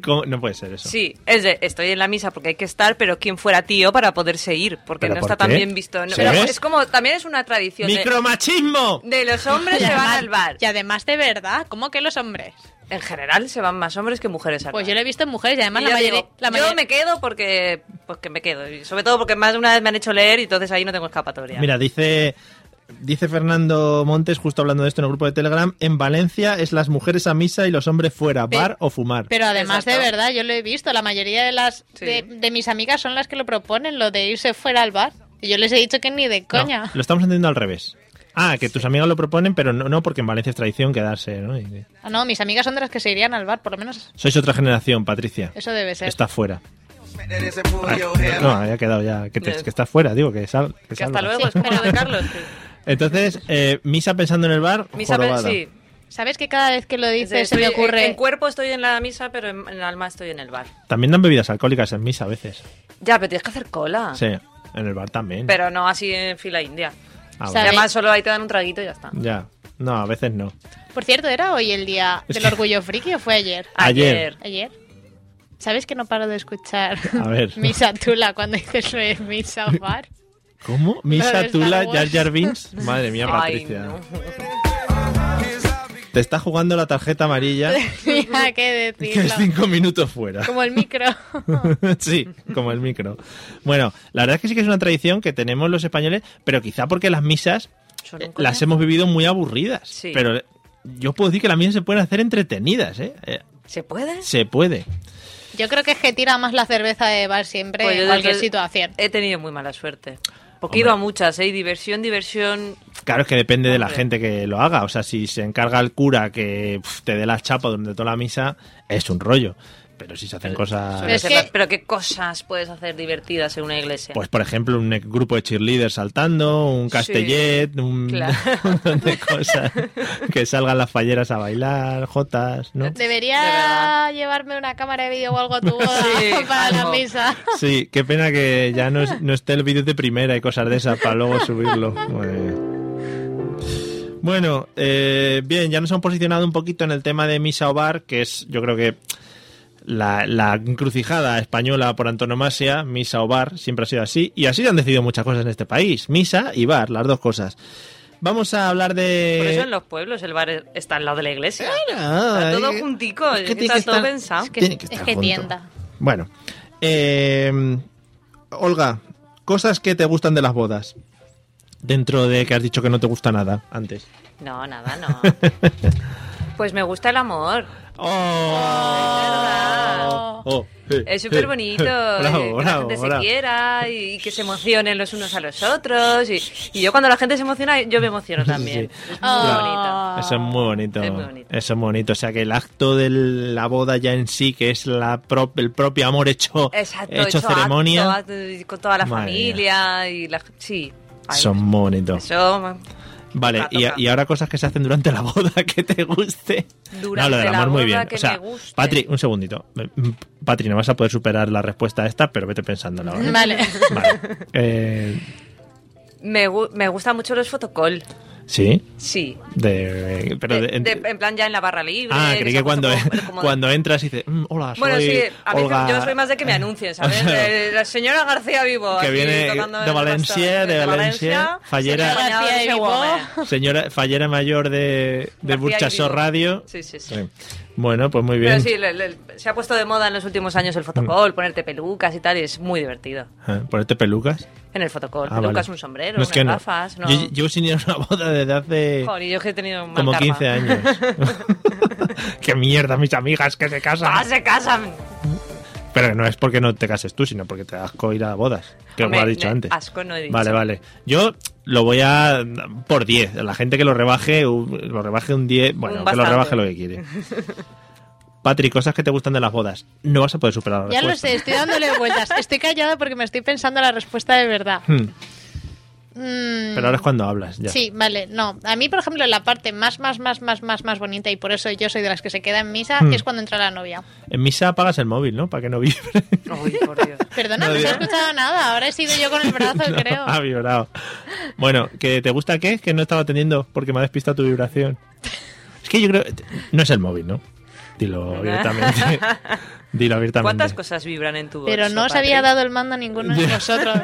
[SPEAKER 1] ¿Cómo? No puede ser eso.
[SPEAKER 3] Sí, es de, estoy en la misa porque hay que estar, pero quien fuera tío para poderse ir, porque
[SPEAKER 1] ¿Pero
[SPEAKER 3] no
[SPEAKER 1] por
[SPEAKER 3] está tan
[SPEAKER 1] qué?
[SPEAKER 3] bien visto. No,
[SPEAKER 1] ¿Sí
[SPEAKER 3] pero
[SPEAKER 1] ves?
[SPEAKER 3] es como, también es una tradición de-
[SPEAKER 1] ¡Micromachismo!
[SPEAKER 3] de, los hombres se van al bar.
[SPEAKER 2] Y además de verdad, ¿cómo que los hombres?
[SPEAKER 3] En general se van más hombres que mujeres al
[SPEAKER 2] Pues
[SPEAKER 3] bar.
[SPEAKER 2] yo lo he visto en mujeres y además
[SPEAKER 3] Y
[SPEAKER 2] la
[SPEAKER 3] yo
[SPEAKER 2] mayoría...
[SPEAKER 3] digo,
[SPEAKER 2] la
[SPEAKER 3] Yo
[SPEAKER 2] mayoría-
[SPEAKER 3] me quedo porque pues que me quedo. Y sobre todo porque más de una vez me han hecho leer y entonces ahí no tengo escapatoria.
[SPEAKER 1] Mira, dice, dice Fernando Montes, justo hablando de esto en el grupo de Telegram, en Valencia es las mujeres a misa y los hombres fuera,
[SPEAKER 2] Pe-
[SPEAKER 1] bar o fumar.
[SPEAKER 2] Pero además de
[SPEAKER 3] Exacto.
[SPEAKER 2] verdad, yo lo he visto. La mayoría de las
[SPEAKER 3] Sí.
[SPEAKER 2] de, de mis amigas son las que lo proponen, lo de irse fuera al bar. Y yo les he dicho que ni de
[SPEAKER 1] No,
[SPEAKER 2] coña.
[SPEAKER 1] lo estamos entendiendo al revés. Ah, que tus amigas lo proponen, pero no, no porque en Valencia es tradición quedarse, ¿no? Y-
[SPEAKER 2] Ah, no, mis amigas son de las que se irían al bar, por lo menos
[SPEAKER 1] Sois otra generación, Patricia.
[SPEAKER 2] eso debe ser.
[SPEAKER 1] Está fuera. No, había quedado ya. Que, te- que está fuera, digo, que sal. Que
[SPEAKER 3] que hasta
[SPEAKER 1] salva.
[SPEAKER 3] luego, es como lo de Carlos. que-
[SPEAKER 1] Entonces, eh, misa pensando en el bar,
[SPEAKER 3] Misa, pero-
[SPEAKER 1] jorobada.
[SPEAKER 3] sí.
[SPEAKER 2] ¿Sabes que cada vez que lo dices se
[SPEAKER 3] Estoy-
[SPEAKER 2] me ocurre...
[SPEAKER 3] En, en cuerpo estoy en la misa, pero en, en alma estoy en el bar.
[SPEAKER 1] También dan bebidas alcohólicas en misa a veces.
[SPEAKER 3] Ya, pero tienes que hacer cola.
[SPEAKER 1] Sí, en el bar también.
[SPEAKER 3] Ah. Pero no así en fila india.
[SPEAKER 1] Ah, vale.
[SPEAKER 2] o sea,
[SPEAKER 3] Además, solo ahí te dan un traguito y ya está.
[SPEAKER 1] Ya. No, a veces no.
[SPEAKER 2] Por cierto, ¿era hoy el día
[SPEAKER 1] Es
[SPEAKER 2] del
[SPEAKER 1] que-
[SPEAKER 2] orgullo friki o fue ayer?
[SPEAKER 1] Ayer.
[SPEAKER 2] Ayer. ¿Sabes que no paro de escuchar
[SPEAKER 1] A ver.
[SPEAKER 2] Misa Tula cuando dices lo de Misa Bar?
[SPEAKER 1] ¿Cómo?
[SPEAKER 2] Claro,
[SPEAKER 1] ¿Misa,
[SPEAKER 2] Star
[SPEAKER 1] Tula,
[SPEAKER 2] Wars.
[SPEAKER 1] Jar Jar Binks? Madre mía,
[SPEAKER 3] Ay,
[SPEAKER 1] Patricia.
[SPEAKER 3] no.
[SPEAKER 1] Te está jugando la tarjeta amarilla
[SPEAKER 2] Mira, qué
[SPEAKER 1] que es
[SPEAKER 2] decirlo.
[SPEAKER 1] cinco minutos fuera.
[SPEAKER 2] Como el micro.
[SPEAKER 1] sí, como el micro. Bueno, la verdad es que sí que es una tradición que tenemos los españoles, pero quizá porque las misas
[SPEAKER 3] Son un
[SPEAKER 1] eh, las hemos vivido muy aburridas.
[SPEAKER 3] Sí.
[SPEAKER 1] Pero eh, yo puedo decir que las misas se pueden hacer entretenidas, ¿eh? Eh,
[SPEAKER 3] ¿Se puede?
[SPEAKER 1] Se puede.
[SPEAKER 2] Yo creo que es que tira más la cerveza de bar siempre
[SPEAKER 3] Pues yo
[SPEAKER 2] en
[SPEAKER 3] desde-
[SPEAKER 2] cualquier situación.
[SPEAKER 3] He tenido muy mala suerte. Porque he ido a muchas, ¿eh? Y Diversión, diversión.
[SPEAKER 1] Claro, es que depende de la
[SPEAKER 3] Hombre.
[SPEAKER 1] gente que lo haga. O sea, si se encarga el cura que pf, te dé la chapa durante toda la misa, es un rollo. Pero si se hacen
[SPEAKER 3] Pero,
[SPEAKER 2] es
[SPEAKER 1] cosas...
[SPEAKER 3] se-
[SPEAKER 2] que-
[SPEAKER 3] pero qué cosas puedes hacer divertidas en una iglesia.
[SPEAKER 1] Pues, por ejemplo, un grupo de cheerleaders saltando, un castellet, un,
[SPEAKER 3] claro.
[SPEAKER 1] un montón de cosas. que salgan las falleras a bailar, jotas, ¿no?
[SPEAKER 3] De
[SPEAKER 2] Debería
[SPEAKER 3] verdad.
[SPEAKER 2] llevarme una cámara de vídeo o algo a tu boda
[SPEAKER 3] Sí,
[SPEAKER 2] para la
[SPEAKER 3] algo.
[SPEAKER 2] misa.
[SPEAKER 1] Sí, qué pena que ya no, es- no esté el vídeo de primera y cosas de esas para luego subirlo. Bueno. Bueno, eh, bien, ya nos han posicionado un poquito en el tema de misa o bar, que es, yo creo que la, la encrucijada española por antonomasia, misa o bar, siempre ha sido así, y así se han decidido muchas cosas en este país, misa y bar, las dos cosas. Vamos a hablar de...
[SPEAKER 3] Por eso en los pueblos el bar es- está al lado de la iglesia.
[SPEAKER 1] Ah,
[SPEAKER 3] Está todo
[SPEAKER 1] eh,
[SPEAKER 3] juntico,
[SPEAKER 1] es que
[SPEAKER 3] está
[SPEAKER 1] tiene que
[SPEAKER 3] todo
[SPEAKER 1] estar-
[SPEAKER 3] pensado.
[SPEAKER 1] tiene que
[SPEAKER 2] es
[SPEAKER 1] estar
[SPEAKER 2] que
[SPEAKER 1] junto.
[SPEAKER 2] tienda.
[SPEAKER 1] Bueno, eh, Olga, cosas que te gustan de las bodas. Dentro de que has dicho que no te gusta nada antes.
[SPEAKER 3] No, nada, no. Pues me gusta el amor.
[SPEAKER 1] ¡Oh! Oh, eh,
[SPEAKER 3] Es súper bonito.
[SPEAKER 1] eh, eh.
[SPEAKER 3] eh,
[SPEAKER 1] Bravo,
[SPEAKER 3] que la
[SPEAKER 1] bravo,
[SPEAKER 3] gente
[SPEAKER 1] bravo.
[SPEAKER 3] se quiera y, y que se emocionen los unos a los otros. Y, y yo cuando la gente se emociona, yo me emociono también.
[SPEAKER 1] Sí.
[SPEAKER 3] Es muy
[SPEAKER 2] Ah.
[SPEAKER 3] bonito.
[SPEAKER 1] Eso es muy bonito.
[SPEAKER 3] Es muy bonito.
[SPEAKER 1] Eso es muy bonito. O sea, que el acto de la boda ya en sí, que es la pro- el propio amor hecho,
[SPEAKER 3] Exacto,
[SPEAKER 1] hecho
[SPEAKER 3] hecho
[SPEAKER 1] ceremonia,
[SPEAKER 3] acto, acto con toda la
[SPEAKER 1] Madre
[SPEAKER 3] familia y la sí. Ay,
[SPEAKER 1] son muy bonitos.
[SPEAKER 3] eso
[SPEAKER 1] Vale,
[SPEAKER 3] Toca,
[SPEAKER 1] y,
[SPEAKER 3] toca.
[SPEAKER 1] y ahora cosas que se hacen durante la boda que te guste.
[SPEAKER 3] Durante
[SPEAKER 1] no, lo del
[SPEAKER 3] la
[SPEAKER 1] amor muy
[SPEAKER 3] boda
[SPEAKER 1] bien.
[SPEAKER 3] que
[SPEAKER 1] o sea,
[SPEAKER 3] me guste.
[SPEAKER 1] Patri, un segundito. Mm, Patri, no vas a poder superar la respuesta a esta, pero vete pensándola. ¿vale?
[SPEAKER 2] Vale.
[SPEAKER 1] Vale. Eh,
[SPEAKER 3] me, gu- me gustan mucho los fotocall.
[SPEAKER 1] sí,
[SPEAKER 3] Sí.
[SPEAKER 1] de, pero
[SPEAKER 3] De-
[SPEAKER 1] de-
[SPEAKER 3] de- en plan ya en la barra libre.
[SPEAKER 1] Ah, creí
[SPEAKER 3] esa
[SPEAKER 1] que cuando,
[SPEAKER 3] cosa como- como-
[SPEAKER 1] cuando entras y dices, "Mm, hola, soy
[SPEAKER 3] Bueno, sí, a mí
[SPEAKER 1] Olga".
[SPEAKER 3] yo soy más de que me anuncien, ¿sabes? Eh, la señora García Vivo.
[SPEAKER 1] Que
[SPEAKER 3] aquí
[SPEAKER 1] viene
[SPEAKER 3] tocando
[SPEAKER 1] de
[SPEAKER 3] el
[SPEAKER 1] Valencia,
[SPEAKER 3] bastón.
[SPEAKER 1] de Valencia, fallera.
[SPEAKER 3] señora García
[SPEAKER 2] García
[SPEAKER 3] Vivo.
[SPEAKER 2] Vivo.
[SPEAKER 1] Señora fallera mayor de, de
[SPEAKER 3] García
[SPEAKER 1] Burchasó
[SPEAKER 3] Vivo.
[SPEAKER 1] Radio.
[SPEAKER 3] Sí, sí, sí.
[SPEAKER 1] Sí. Bueno, pues muy
[SPEAKER 3] Pero
[SPEAKER 1] bien. Mm.
[SPEAKER 3] sí, le- le- se ha puesto de moda en los últimos años el fotocall, ponerte pelucas y tal, y es muy divertido.
[SPEAKER 1] Ah, Ponerte pelucas.
[SPEAKER 3] En el fotocall,
[SPEAKER 1] Ah,
[SPEAKER 3] pelucas,
[SPEAKER 1] vale.
[SPEAKER 3] un sombrero,
[SPEAKER 1] No, es
[SPEAKER 3] unas
[SPEAKER 1] que no.
[SPEAKER 3] gafas, ¿no?
[SPEAKER 1] Yo llevo sin ir a una boda desde hace
[SPEAKER 3] Joder, y yo es que he tenido mal
[SPEAKER 1] como
[SPEAKER 3] karma.
[SPEAKER 1] 15 años. ¡Qué mierda, mis amigas, que se casan!
[SPEAKER 3] ¡Ah, se casan!
[SPEAKER 1] Pero no es porque no te cases tú, sino porque te da asco ir a bodas. Que lo
[SPEAKER 3] Hombre,
[SPEAKER 1] has dicho
[SPEAKER 3] me-
[SPEAKER 1] antes.
[SPEAKER 3] asco no he dicho.
[SPEAKER 1] Vale, vale. Yo lo voy a por 10. La gente que lo rebaje, un- lo rebaje un 10. Bueno,
[SPEAKER 3] Un
[SPEAKER 1] que lo
[SPEAKER 3] bastante.
[SPEAKER 1] rebaje lo que quiere. Patrick, cosas que te gustan de las bodas. No vas a poder superar la
[SPEAKER 2] Ya lo
[SPEAKER 1] respuesta.
[SPEAKER 2] sé, estoy dándole vueltas. Estoy callada porque me estoy pensando la respuesta de verdad.
[SPEAKER 1] Hmm,
[SPEAKER 2] Mm,
[SPEAKER 1] Pero ahora es cuando hablas. Ya.
[SPEAKER 2] Sí, vale, no. A mí, por ejemplo, la parte más, más, más, más, más, más bonita, y por eso yo soy de las que se queda en misa,
[SPEAKER 1] Hmm.
[SPEAKER 2] es cuando entra la novia.
[SPEAKER 1] En misa apagas el móvil, ¿no? Para que no vibre.
[SPEAKER 3] Ay, por Dios.
[SPEAKER 2] Perdona, no,
[SPEAKER 1] Novia.
[SPEAKER 2] se ha escuchado nada. Ahora he sido yo con el brazo,
[SPEAKER 1] No,
[SPEAKER 2] creo.
[SPEAKER 1] Ha vibrado. Bueno, ¿que ¿te gusta qué? Que no estaba atendiendo porque me ha despistado tu vibración. Es que yo creo. No es el móvil, ¿no? Dilo abiertamente. Dilo abiertamente.
[SPEAKER 3] ¿Cuántas cosas vibran en tu voz?
[SPEAKER 2] Pero no os había dado el mando a ninguno de vosotros.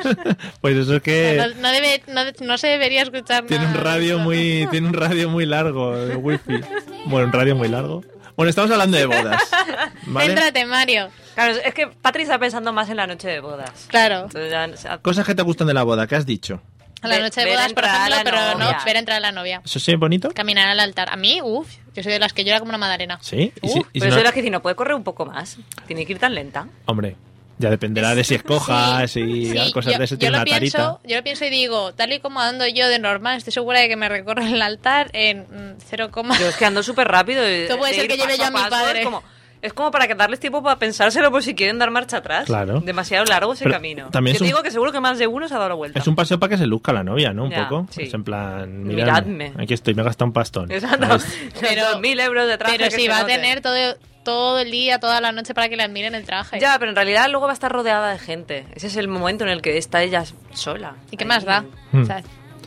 [SPEAKER 1] Pues eso es que.
[SPEAKER 2] No, no debe- no- no se debería escuchar
[SPEAKER 1] Tiene un
[SPEAKER 2] nada.
[SPEAKER 1] radio muy, tiene un radio muy largo, el wifi. Bueno, un radio muy largo. Bueno, estamos hablando de bodas. ¿Vale?
[SPEAKER 2] Céntrate, Mario.
[SPEAKER 3] Claro, es que Patri está pensando más en la noche de bodas.
[SPEAKER 2] Claro.
[SPEAKER 3] Entonces ya se ha-
[SPEAKER 1] Cosas que te gustan de la boda, ¿qué has dicho?
[SPEAKER 2] A la
[SPEAKER 3] Ver-
[SPEAKER 2] noche de
[SPEAKER 3] ver
[SPEAKER 2] bodas, por
[SPEAKER 3] entrar a
[SPEAKER 2] ejemplo,
[SPEAKER 3] la
[SPEAKER 2] pero no,
[SPEAKER 3] novia.
[SPEAKER 2] ver entrar a la novia.
[SPEAKER 1] ¿Eso sí es bonito?
[SPEAKER 2] Caminar al altar. A mí, uff, yo soy de las que llora como una madalena.
[SPEAKER 1] Sí. ¿Y
[SPEAKER 3] Uf,
[SPEAKER 1] si- y si
[SPEAKER 3] pero
[SPEAKER 1] no-
[SPEAKER 3] soy la que dice, no puede correr un poco más. Tiene que ir tan lenta.
[SPEAKER 1] Hombre, ya dependerá de si escojas y
[SPEAKER 2] Sí,
[SPEAKER 1] cosas
[SPEAKER 2] yo,
[SPEAKER 1] de ese
[SPEAKER 2] yo
[SPEAKER 1] tipo,
[SPEAKER 2] lo
[SPEAKER 1] una
[SPEAKER 2] pienso,
[SPEAKER 1] tarita.
[SPEAKER 2] yo lo pienso y digo, tal y como ando yo de normal, estoy segura de que me recorro el altar en mm, 0,
[SPEAKER 3] Yo es que ando súper rápido. y-
[SPEAKER 2] Esto puede
[SPEAKER 3] de
[SPEAKER 2] ser
[SPEAKER 3] ir
[SPEAKER 2] que lleve
[SPEAKER 3] paso
[SPEAKER 2] yo a mi
[SPEAKER 3] paso,
[SPEAKER 2] padre.
[SPEAKER 3] Es como, es como para que darles tiempo para pensárselo por si quieren dar marcha atrás.
[SPEAKER 1] Claro.
[SPEAKER 3] Demasiado largo ese
[SPEAKER 1] Pero
[SPEAKER 3] camino.
[SPEAKER 1] también
[SPEAKER 3] Yo
[SPEAKER 1] es
[SPEAKER 3] te
[SPEAKER 1] un-
[SPEAKER 3] digo que seguro que más de uno se ha dado la vuelta.
[SPEAKER 1] Es un paseo para que se luzca la novia, ¿no? Un
[SPEAKER 3] Ya,
[SPEAKER 1] poco.
[SPEAKER 3] sí.
[SPEAKER 1] Es en plan,
[SPEAKER 3] Miradme.
[SPEAKER 1] miradme. Aquí estoy, me he gastado un pastón.
[SPEAKER 3] Exacto.
[SPEAKER 1] ¿Sabes?
[SPEAKER 2] Pero-
[SPEAKER 3] Pero, mil euros de traje.
[SPEAKER 2] Pero
[SPEAKER 3] que
[SPEAKER 2] sí,
[SPEAKER 3] se
[SPEAKER 2] va a
[SPEAKER 3] note.
[SPEAKER 2] tener todo, todo el día, toda la noche para que le admiren el traje.
[SPEAKER 3] Ya, pero en realidad luego va a estar rodeada de gente. Ese es el momento en el que está ella sola.
[SPEAKER 2] ¿Y qué
[SPEAKER 3] Ahí.
[SPEAKER 2] más da?
[SPEAKER 1] Hmm.
[SPEAKER 2] O sea,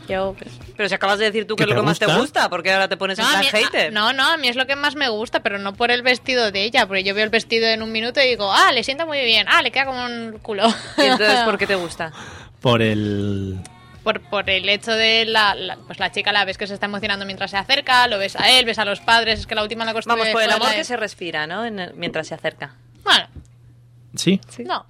[SPEAKER 2] yo... pues-
[SPEAKER 3] Pero si acabas de decir tú
[SPEAKER 1] ¿Que
[SPEAKER 3] que es lo
[SPEAKER 1] te
[SPEAKER 3] que más te
[SPEAKER 1] gusta?
[SPEAKER 3] gusta, porque ahora te pones
[SPEAKER 2] No,
[SPEAKER 3] en
[SPEAKER 2] a
[SPEAKER 3] plan
[SPEAKER 2] mí-
[SPEAKER 3] hater.
[SPEAKER 2] a- no, no, a mí es lo que más me gusta, pero no por el vestido de ella, porque yo veo el vestido en un minuto y digo, ah, le sienta muy bien, ah, le queda como un culo.
[SPEAKER 3] Y entonces, ¿por qué te gusta?
[SPEAKER 2] Pues
[SPEAKER 1] Por el.
[SPEAKER 2] por, por el hecho de la, la- pues la chica la ves que se está emocionando mientras se acerca, lo ves a él, ves a los padres, es que la última la construye.
[SPEAKER 3] Vamos, por el
[SPEAKER 2] fue
[SPEAKER 3] amor
[SPEAKER 2] la de-
[SPEAKER 3] que se respira, ¿no? En el- mientras se acerca.
[SPEAKER 2] Bueno,
[SPEAKER 1] Sí.
[SPEAKER 2] no.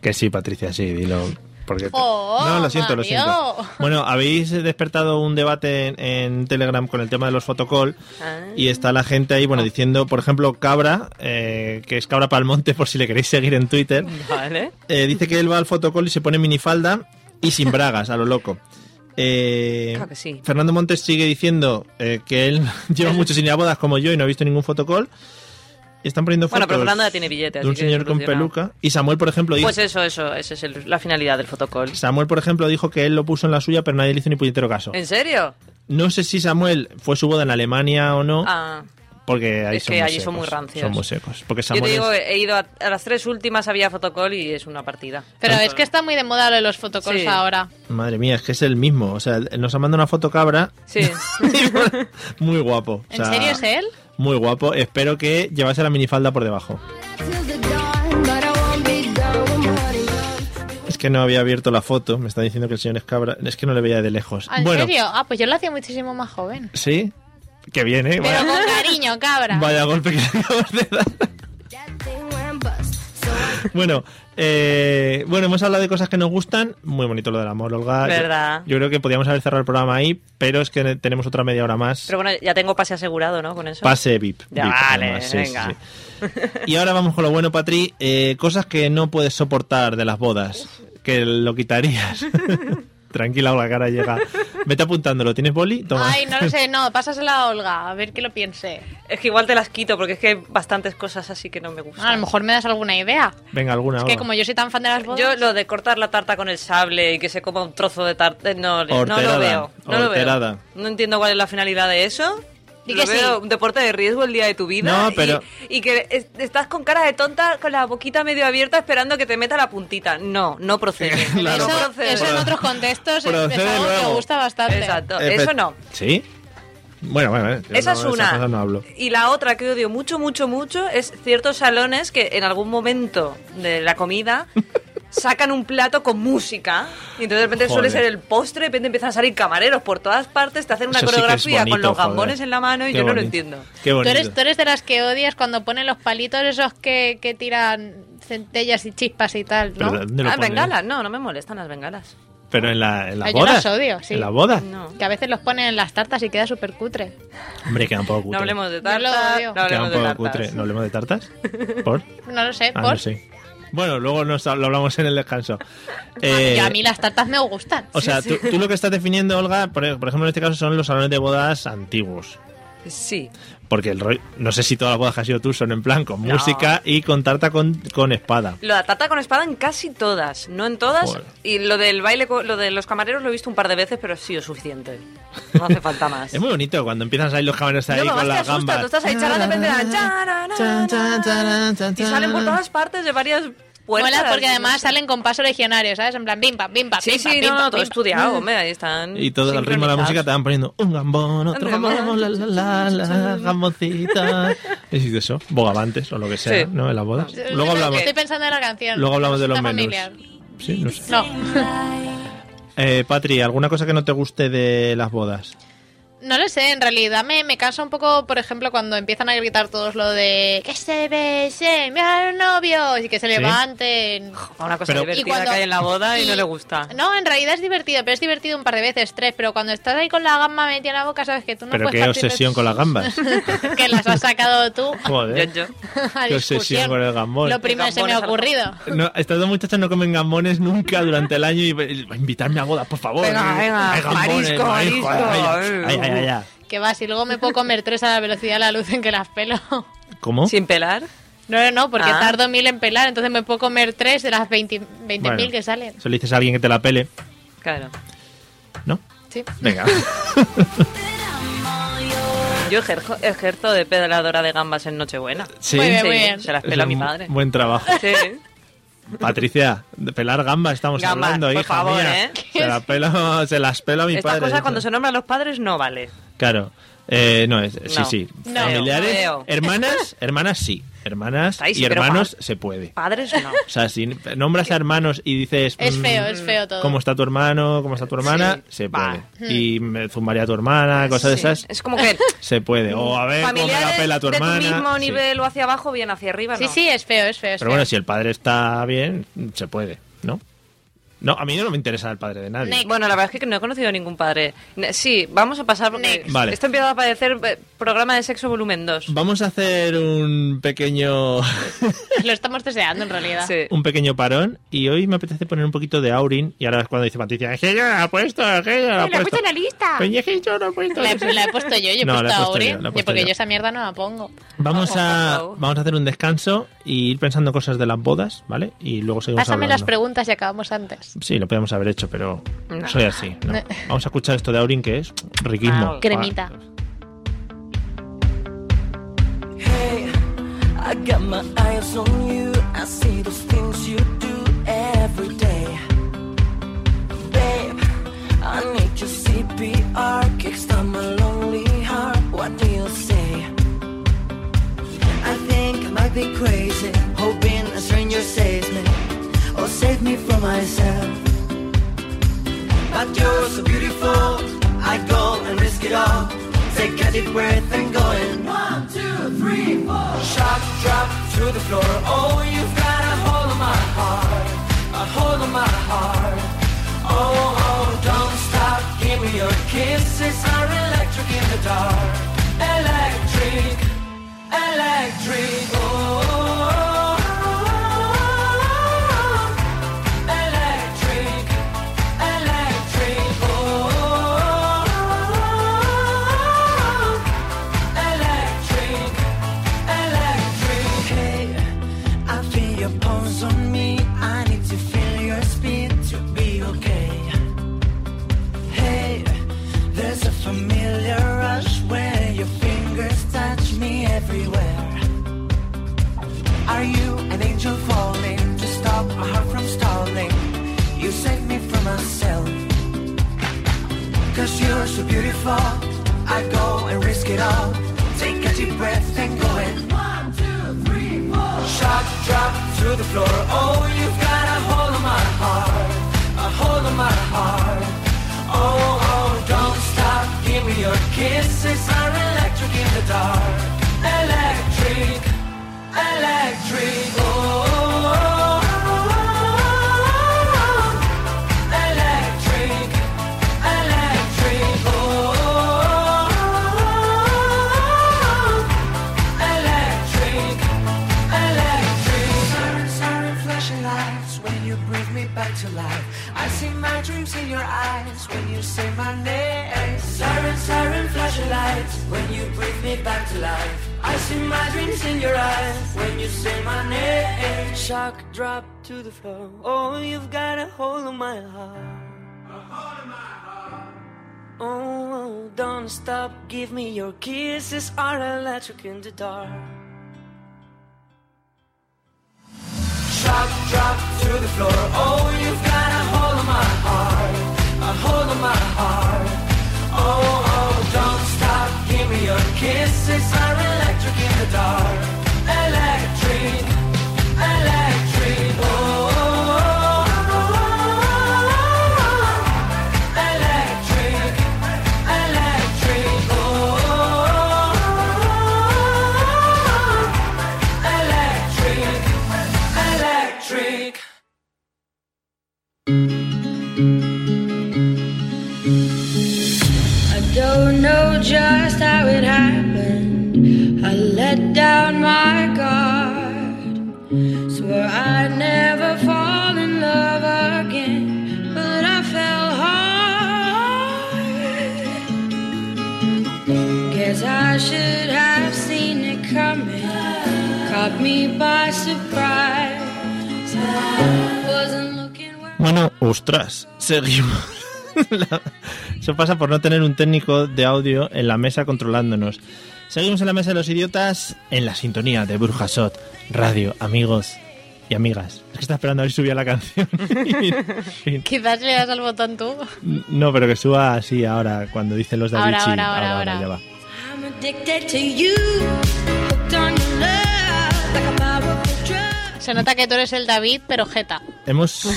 [SPEAKER 1] Que sí, Patricia, sí, dilo. Porque
[SPEAKER 2] Oh,
[SPEAKER 1] no, lo siento, lo
[SPEAKER 2] Mario.
[SPEAKER 1] siento. Bueno, habéis despertado un debate en, en Telegram con el tema de los fotocall
[SPEAKER 3] Ah.
[SPEAKER 1] y está la gente ahí, bueno, diciendo, por ejemplo, Cabra, eh, que es Cabra Palmonte, por si le queréis seguir en Twitter,
[SPEAKER 3] Vale.
[SPEAKER 1] eh, dice que él va al fotocall y se pone minifalda y sin bragas, a lo loco. Eh,
[SPEAKER 3] Claro que sí.
[SPEAKER 1] Fernando Montes sigue diciendo eh, que él lleva mucho sin ir a bodas como yo y no ha visto ningún fotocall. Están poniendo
[SPEAKER 3] Bueno,
[SPEAKER 1] fotos
[SPEAKER 3] pero Fernando ya tiene billete.
[SPEAKER 1] de un
[SPEAKER 3] así que
[SPEAKER 1] señor con
[SPEAKER 3] solucionado.
[SPEAKER 1] peluca. Y Samuel, por ejemplo, dice...
[SPEAKER 3] Pues eso, eso, esa es el- la finalidad del fotocall.
[SPEAKER 1] Samuel, por ejemplo, dijo que él lo puso en la suya, pero nadie le hizo ni puñetero caso.
[SPEAKER 3] ¿En serio?
[SPEAKER 1] No sé si Samuel fue su boda en Alemania o no,
[SPEAKER 3] Ah,
[SPEAKER 1] porque ahí
[SPEAKER 3] es
[SPEAKER 1] son
[SPEAKER 3] que
[SPEAKER 1] muy
[SPEAKER 3] allí son
[SPEAKER 1] secos,
[SPEAKER 3] muy rancios.
[SPEAKER 1] Son muy secos. Porque
[SPEAKER 3] yo te
[SPEAKER 1] Samuel
[SPEAKER 3] digo,
[SPEAKER 1] es-
[SPEAKER 3] he ido a, a las tres últimas, había fotocall y es una partida.
[SPEAKER 2] Pero es que está muy de moda lo de los fotocalls
[SPEAKER 3] Sí.
[SPEAKER 2] ahora.
[SPEAKER 1] Madre mía, es que es el mismo. O sea, él- nos ha mandado una foto cabra.
[SPEAKER 3] Sí.
[SPEAKER 1] muy guapo. O
[SPEAKER 2] ¿En
[SPEAKER 1] sea,
[SPEAKER 2] serio es él?
[SPEAKER 1] Muy guapo. Espero que llevase la minifalda por debajo. Es que no había abierto la foto. Me está diciendo que el señor es cabra. Es que no le veía de lejos.
[SPEAKER 2] ¿En
[SPEAKER 1] bueno,
[SPEAKER 2] serio? Ah, pues yo lo hacía muchísimo más joven.
[SPEAKER 1] sí. Que bien, ¿eh?
[SPEAKER 2] Pero
[SPEAKER 1] Vaya,
[SPEAKER 2] con cariño, cabra.
[SPEAKER 1] vaya golpe que le acabas de dar. Bueno, eh, bueno, hemos hablado de cosas que nos gustan. Muy bonito lo del amor, Olga. Yo-
[SPEAKER 3] Verdad.
[SPEAKER 1] Yo, creo que podíamos haber cerrado el programa ahí, pero es que tenemos otra media hora más.
[SPEAKER 3] Pero bueno, ya tengo pase asegurado, ¿no? Con eso.
[SPEAKER 1] Pase VIP.
[SPEAKER 3] Ya,
[SPEAKER 1] VIP,
[SPEAKER 3] vale,
[SPEAKER 1] además, sí, sí,
[SPEAKER 3] venga.
[SPEAKER 1] sí. Y ahora vamos con lo bueno, Patri. Eh, cosas que no puedes soportar de las bodas, que lo quitarías. Tranquila, Olga, que ahora llega. Vete apuntándolo. ¿Tienes boli? Toma.
[SPEAKER 2] Ay, no lo sé, no, pásasela a Olga, a ver que lo piense.
[SPEAKER 3] Es que igual te las quito porque es que hay bastantes cosas así que no me gustan.
[SPEAKER 2] Ah, A lo mejor me das alguna idea.
[SPEAKER 1] Venga, alguna.
[SPEAKER 2] Es que
[SPEAKER 1] Olga.
[SPEAKER 2] como yo soy tan fan de las bodas,
[SPEAKER 3] Yo lo de cortar la tarta con el sable y que se coma un trozo de tarta, eh, no, no
[SPEAKER 1] Horterada,
[SPEAKER 3] lo veo. No lo
[SPEAKER 1] horterada.
[SPEAKER 3] veo. No entiendo cuál es la finalidad de eso.
[SPEAKER 2] Di
[SPEAKER 3] Lo
[SPEAKER 2] que sí.
[SPEAKER 3] veo un deporte de riesgo el día de tu vida.
[SPEAKER 1] No,
[SPEAKER 3] y-
[SPEAKER 1] pero-
[SPEAKER 3] Y, que es- estás con cara de tonta, con la boquita medio abierta, esperando que te meta la puntita. No, no procede.
[SPEAKER 1] Claro.
[SPEAKER 3] No
[SPEAKER 2] eso,
[SPEAKER 3] procede.
[SPEAKER 2] eso en otros contextos es, es
[SPEAKER 1] Procede
[SPEAKER 2] algo que
[SPEAKER 1] luego.
[SPEAKER 2] me gusta bastante.
[SPEAKER 3] Exacto,
[SPEAKER 1] Eh,
[SPEAKER 3] eso
[SPEAKER 1] pe-
[SPEAKER 3] no.
[SPEAKER 1] ¿Sí? Bueno, bueno, eh, yo
[SPEAKER 3] Esa
[SPEAKER 1] no-
[SPEAKER 3] es
[SPEAKER 1] de esas
[SPEAKER 3] una.
[SPEAKER 1] cosas no hablo.
[SPEAKER 3] Y la otra que odio mucho, mucho, mucho es ciertos salones que en algún momento de la comida sacan un plato con música. Y entonces de repente suele
[SPEAKER 1] Joder.
[SPEAKER 3] ser el postre, de repente empiezan a salir camareros por todas partes, te hacen una
[SPEAKER 1] Eso sí que es
[SPEAKER 3] coreografía con
[SPEAKER 1] bonito,
[SPEAKER 3] los gambones
[SPEAKER 1] joder.
[SPEAKER 3] en la mano y
[SPEAKER 1] Qué
[SPEAKER 3] yo no lo
[SPEAKER 1] bonito.
[SPEAKER 3] entiendo.
[SPEAKER 1] Qué
[SPEAKER 2] Tú
[SPEAKER 1] bonito.
[SPEAKER 2] eres, tú eres de las que odias cuando ponen los palitos esos que, que tiran centellas y chispas y tal,
[SPEAKER 1] Pero
[SPEAKER 2] ¿no?
[SPEAKER 1] ¿dónde lo
[SPEAKER 3] ah,
[SPEAKER 1] pones?
[SPEAKER 3] bengalas, no, no me molestan las bengalas.
[SPEAKER 1] Pero en la, en la
[SPEAKER 2] Ah, yo
[SPEAKER 1] boda.
[SPEAKER 2] las odio, sí.
[SPEAKER 1] En la boda.
[SPEAKER 3] No.
[SPEAKER 2] Que a veces los ponen en las tartas y queda súper cutre.
[SPEAKER 1] Hombre, queda un poco cutre.
[SPEAKER 3] No hablemos de
[SPEAKER 2] Yo lo
[SPEAKER 3] tartas,
[SPEAKER 2] odio.
[SPEAKER 3] no
[SPEAKER 1] Queda
[SPEAKER 3] hablemos
[SPEAKER 1] un
[SPEAKER 3] de
[SPEAKER 1] poco
[SPEAKER 3] tartas.
[SPEAKER 1] cutre. ¿No hablemos de tartas? ¿Por?
[SPEAKER 2] No lo sé,
[SPEAKER 1] Ah,
[SPEAKER 2] por.
[SPEAKER 1] no sé. Bueno, luego nos lo hablamos en el descanso. Eh,
[SPEAKER 2] Y a mí las tartas me gustan.
[SPEAKER 1] O sea, tú, tú lo que estás definiendo, Olga, por, por ejemplo, en este caso son los salones de bodas antiguos.
[SPEAKER 3] Sí,
[SPEAKER 1] Porque el rollo, no sé si todas las bodas que has ido tú son en plan con música y con tarta con, con espada.
[SPEAKER 3] lo de la tarta con espada en casi todas, no en todas.
[SPEAKER 1] Joder.
[SPEAKER 3] Y lo del baile, co- lo de los camareros lo he visto un par de veces, pero ha sido suficiente. No hace falta más.
[SPEAKER 1] Es muy bonito cuando empiezan a salir los camareros ahí
[SPEAKER 3] No,
[SPEAKER 1] con
[SPEAKER 3] mamá, te
[SPEAKER 1] las
[SPEAKER 3] asusta,
[SPEAKER 1] gambas.
[SPEAKER 3] tú estás ahí charlando de repente, "Chararán". Y salen por todas partes de varias puertas.
[SPEAKER 2] Mola porque además salen con pasos legionarios, ¿sabes? En plan, bim, pam, bim, pam,
[SPEAKER 3] Sí,
[SPEAKER 2] bim, pam,
[SPEAKER 3] sí,
[SPEAKER 2] bim,
[SPEAKER 3] no,
[SPEAKER 2] pam,
[SPEAKER 3] no, todo
[SPEAKER 2] bim,
[SPEAKER 3] estudiado, hombre, ahí están.
[SPEAKER 1] Y todo el ritmo de la música te van poniendo un gambón, otro
[SPEAKER 3] Otro
[SPEAKER 1] gambón,
[SPEAKER 3] gambón,
[SPEAKER 1] la, la, la, la, gamboncita. ¿Es eso? Bogavantes o lo que sea,
[SPEAKER 3] Sí.
[SPEAKER 1] ¿no? En las bodas.
[SPEAKER 2] Estoy-
[SPEAKER 1] Luego hablamos,
[SPEAKER 2] Estoy pensando en la canción.
[SPEAKER 1] luego hablamos de los
[SPEAKER 2] Resulta
[SPEAKER 1] menús.
[SPEAKER 2] familiar.
[SPEAKER 1] Sí, no sé.
[SPEAKER 2] No,
[SPEAKER 1] Eh, Patri, ¿alguna cosa que no te guste de las bodas?
[SPEAKER 2] no lo sé, en realidad me, me cansa un poco, por ejemplo, cuando empiezan a gritar todos lo de que se besen, mira los novios y que se
[SPEAKER 1] Sí.
[SPEAKER 2] levanten.
[SPEAKER 3] Una cosa
[SPEAKER 1] Pero-
[SPEAKER 3] divertida
[SPEAKER 2] Y cuando-
[SPEAKER 3] que hay en la boda y,
[SPEAKER 2] y-
[SPEAKER 3] no le gusta.
[SPEAKER 2] No, en realidad es divertido, pero es divertido un par de veces, tres, pero cuando estás ahí con la gamba metida en la boca, sabes que tú no
[SPEAKER 3] pues
[SPEAKER 1] Pero
[SPEAKER 2] puedes
[SPEAKER 1] qué
[SPEAKER 2] partir de-
[SPEAKER 1] obsesión con las gambas.
[SPEAKER 2] que las has sacado tú.
[SPEAKER 1] Joder.
[SPEAKER 3] Yo, yo.
[SPEAKER 2] a
[SPEAKER 1] Qué
[SPEAKER 2] discusión.
[SPEAKER 1] obsesión con el gambón.
[SPEAKER 2] Lo primero
[SPEAKER 3] El
[SPEAKER 2] se me ha
[SPEAKER 3] gambón es algo-
[SPEAKER 2] ocurrido.
[SPEAKER 1] No, estas dos muchachas no comen gambones nunca durante el año y y- invitarme a bodas, por favor.
[SPEAKER 3] Venga,
[SPEAKER 1] Ay,
[SPEAKER 3] venga,
[SPEAKER 1] ay, gambones,
[SPEAKER 3] marisco,
[SPEAKER 1] ay, joder,
[SPEAKER 3] marisco.
[SPEAKER 1] Ay, ay, ay, ay.
[SPEAKER 2] Que va, si luego me puedo comer tres a la velocidad de la luz en que las pelo.
[SPEAKER 1] ¿Cómo?
[SPEAKER 3] Sin pelar.
[SPEAKER 2] No, no, no, porque
[SPEAKER 3] Ah.
[SPEAKER 2] tardo mil en pelar, entonces me puedo comer tres de las 20 20.000
[SPEAKER 1] Bueno,
[SPEAKER 2] que salen.
[SPEAKER 1] Eso le dices a alguien que te la pele,
[SPEAKER 3] Claro.
[SPEAKER 1] ¿no?
[SPEAKER 2] Sí.
[SPEAKER 1] Venga.
[SPEAKER 3] Yo ejerzo, ejerzo de peladora de gambas en Nochebuena.
[SPEAKER 1] Sí.
[SPEAKER 2] Muy bien, muy bien.
[SPEAKER 3] Se las
[SPEAKER 1] Eso
[SPEAKER 3] pela
[SPEAKER 1] es
[SPEAKER 3] mi
[SPEAKER 1] un
[SPEAKER 3] madre.
[SPEAKER 1] Buen trabajo.
[SPEAKER 3] Sí.
[SPEAKER 1] Patricia, de pelar gamba estamos
[SPEAKER 3] Gamba,
[SPEAKER 1] hablando,
[SPEAKER 3] por
[SPEAKER 1] hija
[SPEAKER 3] favor,
[SPEAKER 1] mía.
[SPEAKER 3] ¿eh?
[SPEAKER 1] Se, la pelo, se las pelo a mi
[SPEAKER 3] Esta
[SPEAKER 1] padre.
[SPEAKER 3] cosa
[SPEAKER 1] dice.
[SPEAKER 3] cuando se nombran los padres no vale.
[SPEAKER 1] Claro. Eh, no, es, sí,
[SPEAKER 3] No.
[SPEAKER 1] sí.
[SPEAKER 2] No.
[SPEAKER 1] Familiares,
[SPEAKER 3] Veo.
[SPEAKER 1] hermanas, hermanas sí. Hermanas
[SPEAKER 3] Ahí sí,
[SPEAKER 1] y
[SPEAKER 3] pero
[SPEAKER 1] hermanos
[SPEAKER 3] pa-
[SPEAKER 1] se puede.
[SPEAKER 3] Padres no.
[SPEAKER 1] O sea, si nombras a hermanos y dices...
[SPEAKER 2] Es
[SPEAKER 1] mm,
[SPEAKER 2] feo, es feo todo. Hmm.
[SPEAKER 1] ¿Cómo está tu hermano? ¿Cómo está tu hermana?
[SPEAKER 3] Sí.
[SPEAKER 1] Se puede.
[SPEAKER 3] Va.
[SPEAKER 1] Y me zumbaría a tu hermana, cosas de
[SPEAKER 3] Sí.
[SPEAKER 1] esas.
[SPEAKER 3] Es como que
[SPEAKER 1] Se puede. O a ver cómo me la
[SPEAKER 3] familiares
[SPEAKER 1] pela tu
[SPEAKER 3] de tu
[SPEAKER 1] hermana.
[SPEAKER 3] mismo
[SPEAKER 1] Sí.
[SPEAKER 3] nivel o hacia abajo, bien hacia arriba,
[SPEAKER 2] Sí,
[SPEAKER 3] no.
[SPEAKER 2] sí, es feo, es feo. es
[SPEAKER 1] Pero
[SPEAKER 2] feo.
[SPEAKER 1] bueno, si el padre está bien, se puede, ¿no? No, a mí no me interesa el padre de nadie.
[SPEAKER 2] Next.
[SPEAKER 3] Bueno, la verdad es que no he conocido ningún padre. Ne- Sí, vamos a pasar porque
[SPEAKER 2] Next.
[SPEAKER 1] Vale.
[SPEAKER 3] esto empieza a parecer eh, programa de sexo volumen 2.
[SPEAKER 1] Vamos a hacer un pequeño
[SPEAKER 2] Lo estamos deseando en realidad.
[SPEAKER 3] Sí.
[SPEAKER 1] un pequeño parón y hoy me apetece poner un poquito de Aurin y ahora es cuando dice Patricia, es que yo no la he puesto, es que yo no la he puesto. la lista. yo no he puesto.
[SPEAKER 2] La, he- la he puesto yo, yo he
[SPEAKER 1] No, la he
[SPEAKER 2] puesto
[SPEAKER 1] puesto
[SPEAKER 2] a Aurin,
[SPEAKER 1] yo, la he
[SPEAKER 2] y
[SPEAKER 1] puesto
[SPEAKER 2] porque
[SPEAKER 1] yo.
[SPEAKER 2] yo. esa mierda no la pongo.
[SPEAKER 1] Vamos a
[SPEAKER 3] Ojo.
[SPEAKER 1] vamos a hacer un descanso y ir pensando cosas de las bodas, ¿vale? Y luego seguimos
[SPEAKER 2] Pásame las
[SPEAKER 1] hablando.
[SPEAKER 2] preguntas y acabamos antes.
[SPEAKER 1] Sí, lo podíamos haber hecho, pero
[SPEAKER 3] No.
[SPEAKER 1] soy así. ¿no?
[SPEAKER 2] No.
[SPEAKER 1] Vamos a escuchar esto de Aurin que es riquismo.
[SPEAKER 3] Wow.
[SPEAKER 2] Cremita.
[SPEAKER 5] I got my eyes on you. I see those things you do every day. Babe, I need your CPR. Kickstart my lonely heart. What do you say? I think I might be crazy. Hoping a stranger saves me or save me from myself. But you're so beautiful. I go and risk it all. Take a deep breath and go in. One, two, three, four. Shock drop to the floor. Oh, you've got a hold on my heart, a hold on my heart. Oh, oh, don't stop, give me your kisses are electric in the dark. Electric, electric, oh, oh, oh, oh, oh. electric, electric, oh, oh, oh, oh. Electric, electric. Hey, I feel your pulse on me. I need to feel your speed to be okay. Hey, there's a familiar rush where your fingers touch me everywhere. Are you an angel falling to stop a heart from stalling? You save me from myself. Cause you're so beautiful. I go and risk it all. Take a deep breath and go in. One, two, three, four. Shot drop to the floor. Oh, you've got a hold on my heart. A hold on my heart. Oh, oh, don't stop. Give me your kisses. Are electric in the dark. Electric, electric. Oh, oh, oh, oh, oh, oh. Electric, electric, oh, electric, electric. Siren, siren, flashing lights. When you bring me back to life, I see my dreams in your eyes. When you say my name, siren, siren, flashing lights. When you bring me back to life, I see my dreams in your eyes. When you say my name, shock drop to the floor. Oh, you've got a hold on my heart. Oh, don't stop, give me your kisses are electric in the dark. Shock drop to the floor. Oh, you've got a hold on my heart, a hold on my heart. Oh, oh, don't stop, give me your kisses are electric in the dark. Electric, electric. Oh, oh, oh, oh, oh. Electric, electric, oh, electric, electric.
[SPEAKER 6] I don't know just how it happened. I let down my guard. Swore I'd never fall in love again. But I fell hard. Guess I should have seen it coming. Caught me by surprise. Wasn't looking where.
[SPEAKER 1] Bueno, ostras, seguimos. La- Eso pasa por no tener un técnico de audio en la mesa controlándonos. Seguimos en la mesa de los idiotas en la sintonía de Burjasot Radio, amigos y amigas. Es que está esperando a ver si subía la canción.
[SPEAKER 2] Quizás le das al botón tú.
[SPEAKER 1] no, pero que suba así ahora cuando dicen los de
[SPEAKER 2] Ahora,
[SPEAKER 1] Avicii.
[SPEAKER 2] ahora, ahora, ahora.
[SPEAKER 1] ya va.
[SPEAKER 6] I'm addicted to you. Hooked on your love like a powerful drug.
[SPEAKER 2] Se nota que tú eres el David, pero jeta.
[SPEAKER 1] Hemos,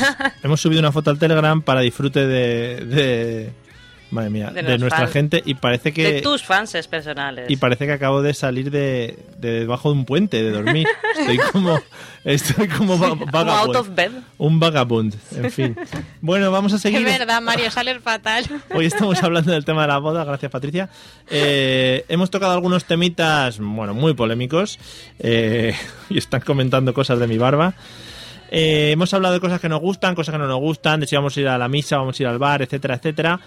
[SPEAKER 1] hemos subido una foto al Telegram para disfrute de, de- madre mía,
[SPEAKER 3] De
[SPEAKER 1] de,
[SPEAKER 3] los
[SPEAKER 1] nuestra
[SPEAKER 3] fans.
[SPEAKER 1] gente y parece que
[SPEAKER 3] De tus fans personales.
[SPEAKER 1] Y parece que acabo de salir de, de debajo de un puente, de dormir. Estoy como, estoy como va-
[SPEAKER 3] Como out of
[SPEAKER 1] vagabundo.
[SPEAKER 3] bed.
[SPEAKER 1] Un vagabundo, en fin. Bueno, vamos a
[SPEAKER 2] Es
[SPEAKER 1] seguir.
[SPEAKER 2] verdad, Mario, sales fatal.
[SPEAKER 1] Hoy estamos hablando del tema de la boda, gracias Patricia. Eh, hemos tocado algunos temitas, bueno, muy polémicos. eh, y están comentando cosas de mi barba. Eh, hemos hablado de cosas que nos gustan, cosas que no nos gustan, de si vamos a ir a la misa, vamos a ir al bar, etcétera, etcétera.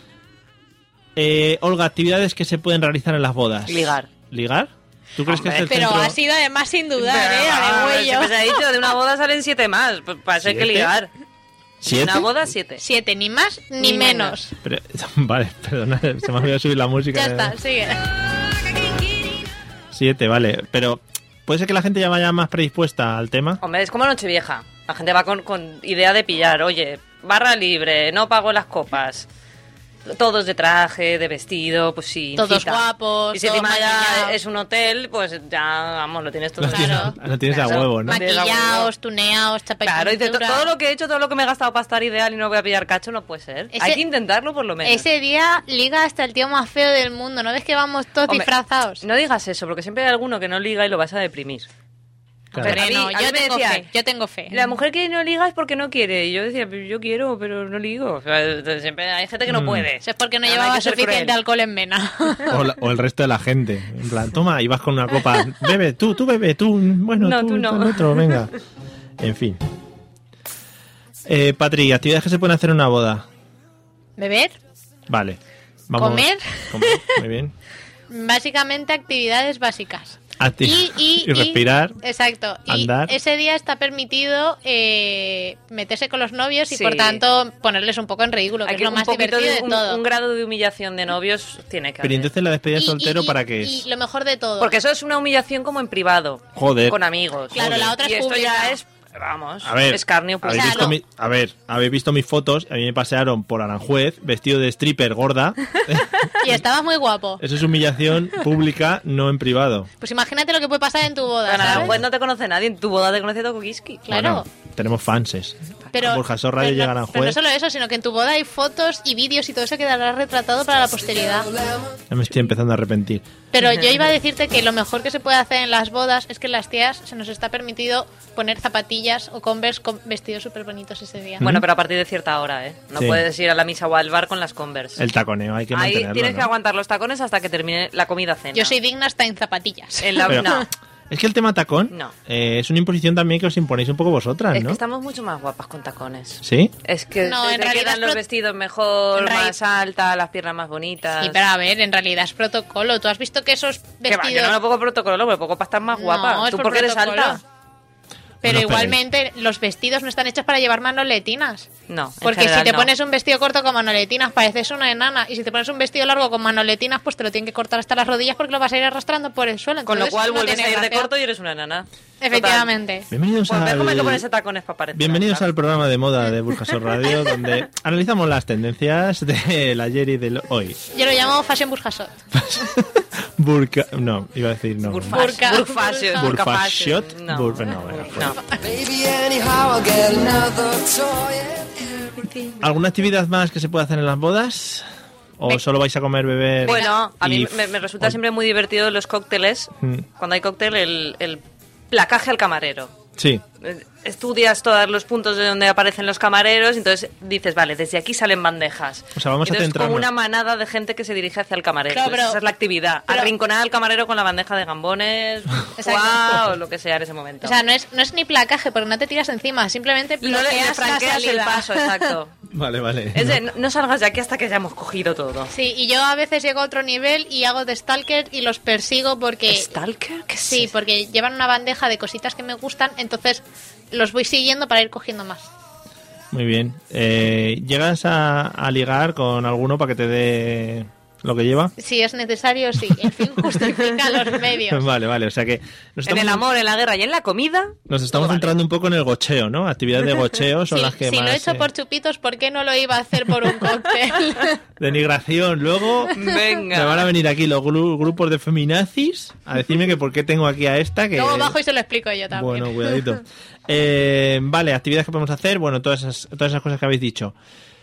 [SPEAKER 1] Eh, Olga, actividades que se pueden realizar en las bodas.
[SPEAKER 3] Ligar.
[SPEAKER 1] ¿Ligar? ¿Tú crees que
[SPEAKER 3] Hombre,
[SPEAKER 1] es el
[SPEAKER 2] Pero
[SPEAKER 1] centro-
[SPEAKER 2] ha sido además sin dudar, ¿eh?
[SPEAKER 3] Ah,
[SPEAKER 2] A de
[SPEAKER 3] siempre se ha
[SPEAKER 2] huello.
[SPEAKER 3] dicho, de una boda salen siete más. Pues para eso hay que
[SPEAKER 1] ¿Siete?
[SPEAKER 3] ligar. De
[SPEAKER 1] ¿Siete?
[SPEAKER 3] Una boda, siete.
[SPEAKER 2] Siete, ni más ni,
[SPEAKER 3] Ni
[SPEAKER 2] menos.
[SPEAKER 3] menos.
[SPEAKER 1] Pero- vale, perdona, se me ha olvidado subir la música.
[SPEAKER 2] Ya está, sigue.
[SPEAKER 1] Siete, vale. Pero, ¿puede ser que la gente ya vaya más predispuesta al tema?
[SPEAKER 3] Hombre, es como Nochevieja. La gente va con, con idea de pillar. Oye, barra libre, no pago las copas. Todos de traje, de vestido, pues sí.
[SPEAKER 2] Todos
[SPEAKER 3] cita.
[SPEAKER 2] guapos,
[SPEAKER 3] Y si
[SPEAKER 2] todos
[SPEAKER 3] encima ya
[SPEAKER 2] maquillados.
[SPEAKER 3] es un hotel, pues ya, vamos, lo tienes todo.
[SPEAKER 1] Lo
[SPEAKER 3] hecho.
[SPEAKER 1] tienes-
[SPEAKER 2] Claro.
[SPEAKER 1] lo tienes a
[SPEAKER 3] Claro.
[SPEAKER 1] huevo, ¿no?
[SPEAKER 3] Ma-
[SPEAKER 2] Maquillados, tuneados, chapa y
[SPEAKER 3] Claro, dice, "To-
[SPEAKER 2] pintura.
[SPEAKER 3] todo lo que he hecho, todo lo que me he gastado para estar ideal y no voy a pillar cacho, no puede ser.
[SPEAKER 2] Ese-
[SPEAKER 3] Hay que intentarlo por lo menos.
[SPEAKER 2] Ese día liga hasta el tío más feo del mundo. ¿No ves que vamos todos
[SPEAKER 3] Hombre,
[SPEAKER 2] disfrazados?
[SPEAKER 3] No digas eso, porque siempre hay alguno que no liga y lo vas a deprimir.
[SPEAKER 1] Claro.
[SPEAKER 3] Pero a mí-
[SPEAKER 2] no,
[SPEAKER 3] a mí
[SPEAKER 2] yo
[SPEAKER 3] me
[SPEAKER 2] tengo
[SPEAKER 3] decían,
[SPEAKER 2] fe, yo tengo fe.
[SPEAKER 3] La mujer que no liga es porque no quiere. Y yo decía, "Pero yo quiero, pero no ligo. O sea, siempre hay gente que no
[SPEAKER 1] Mm.
[SPEAKER 3] puede.
[SPEAKER 2] Eso es porque no
[SPEAKER 3] Nada,
[SPEAKER 2] llevaba
[SPEAKER 3] hay que ser
[SPEAKER 2] suficiente
[SPEAKER 3] cruel.
[SPEAKER 2] alcohol en vena.
[SPEAKER 1] O, la- o el resto de la gente. En plan, toma, y vas con una copa. Bebe, tú, tú bebe, tú. Bueno,
[SPEAKER 3] No,
[SPEAKER 1] tú,
[SPEAKER 3] tú no.
[SPEAKER 1] tú el otro, venga. En fin. Eh, Patri, actividades que se pueden hacer en una boda.
[SPEAKER 2] Beber,
[SPEAKER 1] Vale.
[SPEAKER 2] Comer.
[SPEAKER 1] Comer, Muy bien.
[SPEAKER 2] básicamente actividades básicas.
[SPEAKER 1] Acti-
[SPEAKER 2] Y, y-
[SPEAKER 1] y respirar.
[SPEAKER 2] exacto. Y
[SPEAKER 1] andar.
[SPEAKER 2] ese día está permitido eh, meterse con los novios y
[SPEAKER 3] Sí.
[SPEAKER 2] por tanto ponerles un poco en ridículo, que
[SPEAKER 3] Hay
[SPEAKER 2] es lo
[SPEAKER 3] un
[SPEAKER 2] más
[SPEAKER 3] poquito
[SPEAKER 2] divertido de,
[SPEAKER 3] de, un,
[SPEAKER 2] todo.
[SPEAKER 3] un grado de humillación de novios tiene que
[SPEAKER 1] Pero
[SPEAKER 3] haber.
[SPEAKER 1] entonces la despedida de
[SPEAKER 2] Y-
[SPEAKER 1] soltero,
[SPEAKER 2] y-
[SPEAKER 1] ¿para qué es?
[SPEAKER 2] Y lo mejor de todo.
[SPEAKER 3] Porque eso es una humillación como en privado.
[SPEAKER 1] Joder.
[SPEAKER 3] Con amigos.
[SPEAKER 2] Claro, la otra es
[SPEAKER 3] Y esto
[SPEAKER 2] pública.
[SPEAKER 3] ya es, vamos,
[SPEAKER 1] A ver,
[SPEAKER 3] escarnio
[SPEAKER 1] ¿habéis visto
[SPEAKER 2] Claro.
[SPEAKER 3] público.
[SPEAKER 1] mi- a ver, habéis visto mis fotos. A mí me pasearon por Aranjuez vestido de stripper gorda.
[SPEAKER 2] y estabas muy guapo.
[SPEAKER 1] Eso es humillación pública, no en privado.
[SPEAKER 2] Pues imagínate lo que puede pasar en tu boda,
[SPEAKER 3] Bueno, a lo
[SPEAKER 2] ¿sabes?
[SPEAKER 3] mejor no te conoce nadie. En tu boda te conoce todo Kiski.
[SPEAKER 2] Claro.
[SPEAKER 1] Bueno, tenemos fanses.
[SPEAKER 2] Pero,
[SPEAKER 1] Borja Sorra y
[SPEAKER 2] pero no-
[SPEAKER 1] llegan a
[SPEAKER 2] pero no
[SPEAKER 1] juez.
[SPEAKER 2] solo eso, sino que en tu boda hay fotos y vídeos y todo eso quedará retratado para la posteridad.
[SPEAKER 1] Ya me estoy empezando a arrepentir.
[SPEAKER 2] Pero yo iba a decirte que lo mejor que se puede hacer en las bodas es que en las tías se nos está permitido poner zapatillas o converse con vestidos súper bonitos ese día.
[SPEAKER 3] Bueno, pero a partir de cierta hora, ¿eh? No
[SPEAKER 1] Sí.
[SPEAKER 3] puedes ir a la misa o al bar con las Converse.
[SPEAKER 1] El taconeo, hay que
[SPEAKER 3] Ahí
[SPEAKER 1] mantenerlo.
[SPEAKER 3] tienes que
[SPEAKER 1] ¿no?
[SPEAKER 3] aguantar los tacones hasta que termine la comida cena.
[SPEAKER 2] Yo soy digna hasta en zapatillas.
[SPEAKER 3] En la-
[SPEAKER 1] Pero-
[SPEAKER 3] no.
[SPEAKER 1] Es que el tema tacón
[SPEAKER 3] No.
[SPEAKER 1] eh, es una imposición también que os imponéis un poco vosotras,
[SPEAKER 3] Es
[SPEAKER 1] ¿no?
[SPEAKER 3] que estamos mucho más guapas con tacones.
[SPEAKER 1] ¿Sí?
[SPEAKER 3] Es que
[SPEAKER 2] No,
[SPEAKER 3] te-
[SPEAKER 2] en
[SPEAKER 3] te
[SPEAKER 2] realidad
[SPEAKER 3] quedan
[SPEAKER 2] es
[SPEAKER 3] los
[SPEAKER 2] pro-
[SPEAKER 3] vestidos mejor,
[SPEAKER 2] en realidad-
[SPEAKER 3] más alta, las piernas más bonitas.
[SPEAKER 2] Sí, pero a ver, en realidad es protocolo. Tú has visto que esos
[SPEAKER 3] Que
[SPEAKER 2] vestidos...
[SPEAKER 3] va, yo no me pongo protocolo, me pongo para estar más
[SPEAKER 2] No,
[SPEAKER 3] guapa.
[SPEAKER 2] es
[SPEAKER 3] Tú
[SPEAKER 2] por
[SPEAKER 3] porque eres
[SPEAKER 2] protocolo.
[SPEAKER 3] alta.
[SPEAKER 2] Pero
[SPEAKER 1] Bueno,
[SPEAKER 2] igualmente los vestidos no están hechos para llevar manoletinas.
[SPEAKER 3] No, en
[SPEAKER 2] Porque si
[SPEAKER 3] general
[SPEAKER 2] te
[SPEAKER 3] no.
[SPEAKER 2] pones un vestido corto con manoletinas pareces una enana. Y si te pones un vestido largo con manoletinas, pues te lo tienen que cortar hasta las rodillas porque lo vas a ir arrastrando por el suelo.
[SPEAKER 3] Con lo
[SPEAKER 2] Entonces,
[SPEAKER 3] cual
[SPEAKER 2] no
[SPEAKER 3] vuelves
[SPEAKER 2] tiene
[SPEAKER 3] a ir de
[SPEAKER 2] gracia.
[SPEAKER 3] corto y eres una nana.
[SPEAKER 2] Efectivamente.
[SPEAKER 1] Bienvenidos
[SPEAKER 3] Pues ves
[SPEAKER 1] al...
[SPEAKER 3] cómo hay que ponerse tacones para parecer.
[SPEAKER 1] Bienvenidos
[SPEAKER 3] alta.
[SPEAKER 1] al programa de moda de Burjasor Radio, donde analizamos las tendencias del ayer y del hoy.
[SPEAKER 2] Yo lo llamo Fashion Burjasot.
[SPEAKER 1] Burka... No, iba a decir no.
[SPEAKER 3] Burfas.
[SPEAKER 2] Burka.
[SPEAKER 3] Burfashion.
[SPEAKER 1] Burfashot.
[SPEAKER 3] Burkafashion. No.
[SPEAKER 1] Burf- no, bueno, pues.
[SPEAKER 3] No.
[SPEAKER 5] Maybe anyhow I'll get another toy and everything.
[SPEAKER 1] ¿Alguna actividad más que se puede hacer en las bodas? ¿O solo vais a comer,
[SPEAKER 3] Eh,
[SPEAKER 1] beber?
[SPEAKER 3] Bueno, a
[SPEAKER 1] y-
[SPEAKER 3] mí me, me resulta
[SPEAKER 1] o-
[SPEAKER 3] siempre muy divertido los cócteles.
[SPEAKER 1] Mm.
[SPEAKER 3] Cuando hay cóctel, el, el placaje al camarero.
[SPEAKER 1] Sí.
[SPEAKER 3] Eh, Estudias todos los puntos de donde aparecen los camareros, entonces dices, vale, desde aquí salen bandejas.
[SPEAKER 1] O sea, vamos a
[SPEAKER 3] Entonces,
[SPEAKER 1] centrarnos.
[SPEAKER 3] como una manada de gente que se dirige hacia el camarero.
[SPEAKER 2] Claro,
[SPEAKER 3] Entonces,
[SPEAKER 2] pero-
[SPEAKER 3] esa es la actividad.
[SPEAKER 2] pero-
[SPEAKER 3] Arrinconar al camarero con la bandeja de gambones,
[SPEAKER 2] Exacto.
[SPEAKER 3] guau, o lo que sea en ese momento.
[SPEAKER 2] O sea, no es, no es ni placaje porque no te tiras encima, simplemente
[SPEAKER 3] no le, le
[SPEAKER 2] bloqueas la
[SPEAKER 3] franqueas el
[SPEAKER 2] salida.
[SPEAKER 3] paso, exacto.
[SPEAKER 1] Vale, vale.
[SPEAKER 3] Es de, no, no salgas de aquí hasta que ya hemos cogido todo.
[SPEAKER 2] Sí, y yo a veces llego a otro nivel y hago de stalker y los persigo porque...
[SPEAKER 3] ¿Stalker? ¿Qué es
[SPEAKER 2] Sí,
[SPEAKER 3] eso?
[SPEAKER 2] porque llevan una bandeja de cositas que me gustan, entonces los voy siguiendo para ir cogiendo más.
[SPEAKER 1] Muy bien. Eh, ¿Llegas a, a ligar con alguno para que te dé lo que lleva?
[SPEAKER 2] Si es necesario, sí. El fin justifica los medios.
[SPEAKER 1] Vale, vale. O sea que nos
[SPEAKER 3] En
[SPEAKER 1] estamos,
[SPEAKER 3] el amor, en la guerra y en la comida.
[SPEAKER 1] nos estamos centrando un poco en el gocheo, ¿no? Actividades de gocheo son
[SPEAKER 2] Sí,
[SPEAKER 1] las que
[SPEAKER 2] si
[SPEAKER 1] más...
[SPEAKER 2] lo he hecho
[SPEAKER 1] eh,
[SPEAKER 2] por chupitos, ¿por qué no lo iba a hacer por un cóctel?
[SPEAKER 1] Denigración. Luego
[SPEAKER 3] Venga.
[SPEAKER 1] me van a venir aquí los gru- grupos de feminazis a decirme que por qué tengo aquí a esta que...
[SPEAKER 2] Luego bajo y se lo explico yo también.
[SPEAKER 1] Bueno, cuidadito. Eh, vale, actividades que podemos hacer. Bueno, todas esas, todas esas cosas que habéis dicho.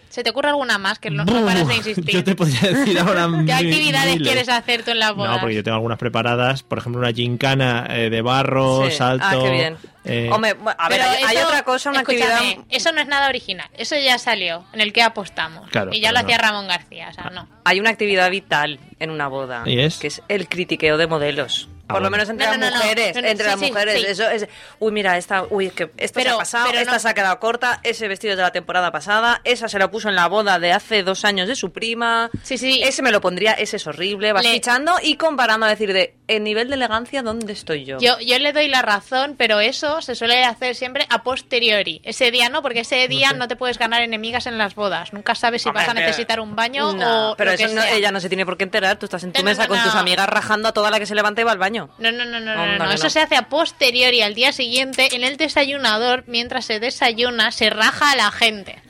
[SPEAKER 2] ¿Se te ocurre alguna más que no, no paras de insistir?
[SPEAKER 1] Yo te podría decir ahora
[SPEAKER 2] ¿Qué actividades
[SPEAKER 1] miles.
[SPEAKER 2] quieres hacer tú en la boda?
[SPEAKER 1] No, porque yo tengo algunas preparadas, por ejemplo, una gincana eh, de barro,
[SPEAKER 3] Sí.
[SPEAKER 1] salto.
[SPEAKER 3] Ah, qué bien.
[SPEAKER 1] eh,
[SPEAKER 3] Hombre, bueno, a ver,
[SPEAKER 2] Pero
[SPEAKER 3] hay, hay
[SPEAKER 2] eso-
[SPEAKER 3] otra cosa, una
[SPEAKER 2] escúchame,
[SPEAKER 3] actividad.
[SPEAKER 2] Eso no es nada original. Eso ya salió, en el que apostamos.
[SPEAKER 1] Claro, Ah.
[SPEAKER 2] y ya
[SPEAKER 1] pero
[SPEAKER 2] lo
[SPEAKER 1] no.
[SPEAKER 2] hacía Ramón García, o sea, no.
[SPEAKER 3] Hay una actividad vital en una boda.
[SPEAKER 1] ¿Y es?
[SPEAKER 3] Que es el critiqueo de modelos.
[SPEAKER 1] Ah,
[SPEAKER 3] Por
[SPEAKER 1] bueno.
[SPEAKER 3] lo menos entre
[SPEAKER 2] No,
[SPEAKER 3] las
[SPEAKER 2] no, no, no.
[SPEAKER 3] mujeres.
[SPEAKER 2] No, no,
[SPEAKER 3] Entre
[SPEAKER 2] sí,
[SPEAKER 3] las
[SPEAKER 2] sí,
[SPEAKER 3] mujeres.
[SPEAKER 2] sí.
[SPEAKER 3] Eso es. Uy, mira, esta. Uy, que esto se
[SPEAKER 2] Pero-
[SPEAKER 3] ha pasado.
[SPEAKER 2] pero
[SPEAKER 3] Esta
[SPEAKER 2] no-
[SPEAKER 3] se ha quedado corta. Ese vestido es de la temporada pasada. Esa se lo puso en la boda de hace dos años de su prima.
[SPEAKER 2] Sí, sí.
[SPEAKER 3] Ese me lo pondría. Ese es horrible. Vas
[SPEAKER 2] Le-
[SPEAKER 3] fichando y comparando a decir de. En nivel de elegancia, ¿dónde estoy yo?
[SPEAKER 2] Yo, yo le doy la razón, pero eso se suele hacer siempre a posteriori. Ese día no, porque ese día no, te puedes ganar enemigas en las bodas. Nunca sabes si
[SPEAKER 3] Hombre,
[SPEAKER 2] vas a
[SPEAKER 3] pero-
[SPEAKER 2] necesitar un baño
[SPEAKER 3] No,
[SPEAKER 2] o
[SPEAKER 3] pero
[SPEAKER 2] lo que
[SPEAKER 3] eso no-
[SPEAKER 2] sea.
[SPEAKER 3] ella no se tiene por qué enterar. Tú estás en tu
[SPEAKER 2] No, no,
[SPEAKER 3] mesa
[SPEAKER 2] no,
[SPEAKER 3] con tus
[SPEAKER 2] no.
[SPEAKER 3] amigas rajando a toda la que se levante y va al baño.
[SPEAKER 2] No, no, no, no, no,
[SPEAKER 3] Hombre,
[SPEAKER 2] no,
[SPEAKER 3] que
[SPEAKER 2] Eso
[SPEAKER 3] no.
[SPEAKER 2] se hace a posteriori, al día siguiente, en el desayunador, mientras se desayuna, se raja a la gente.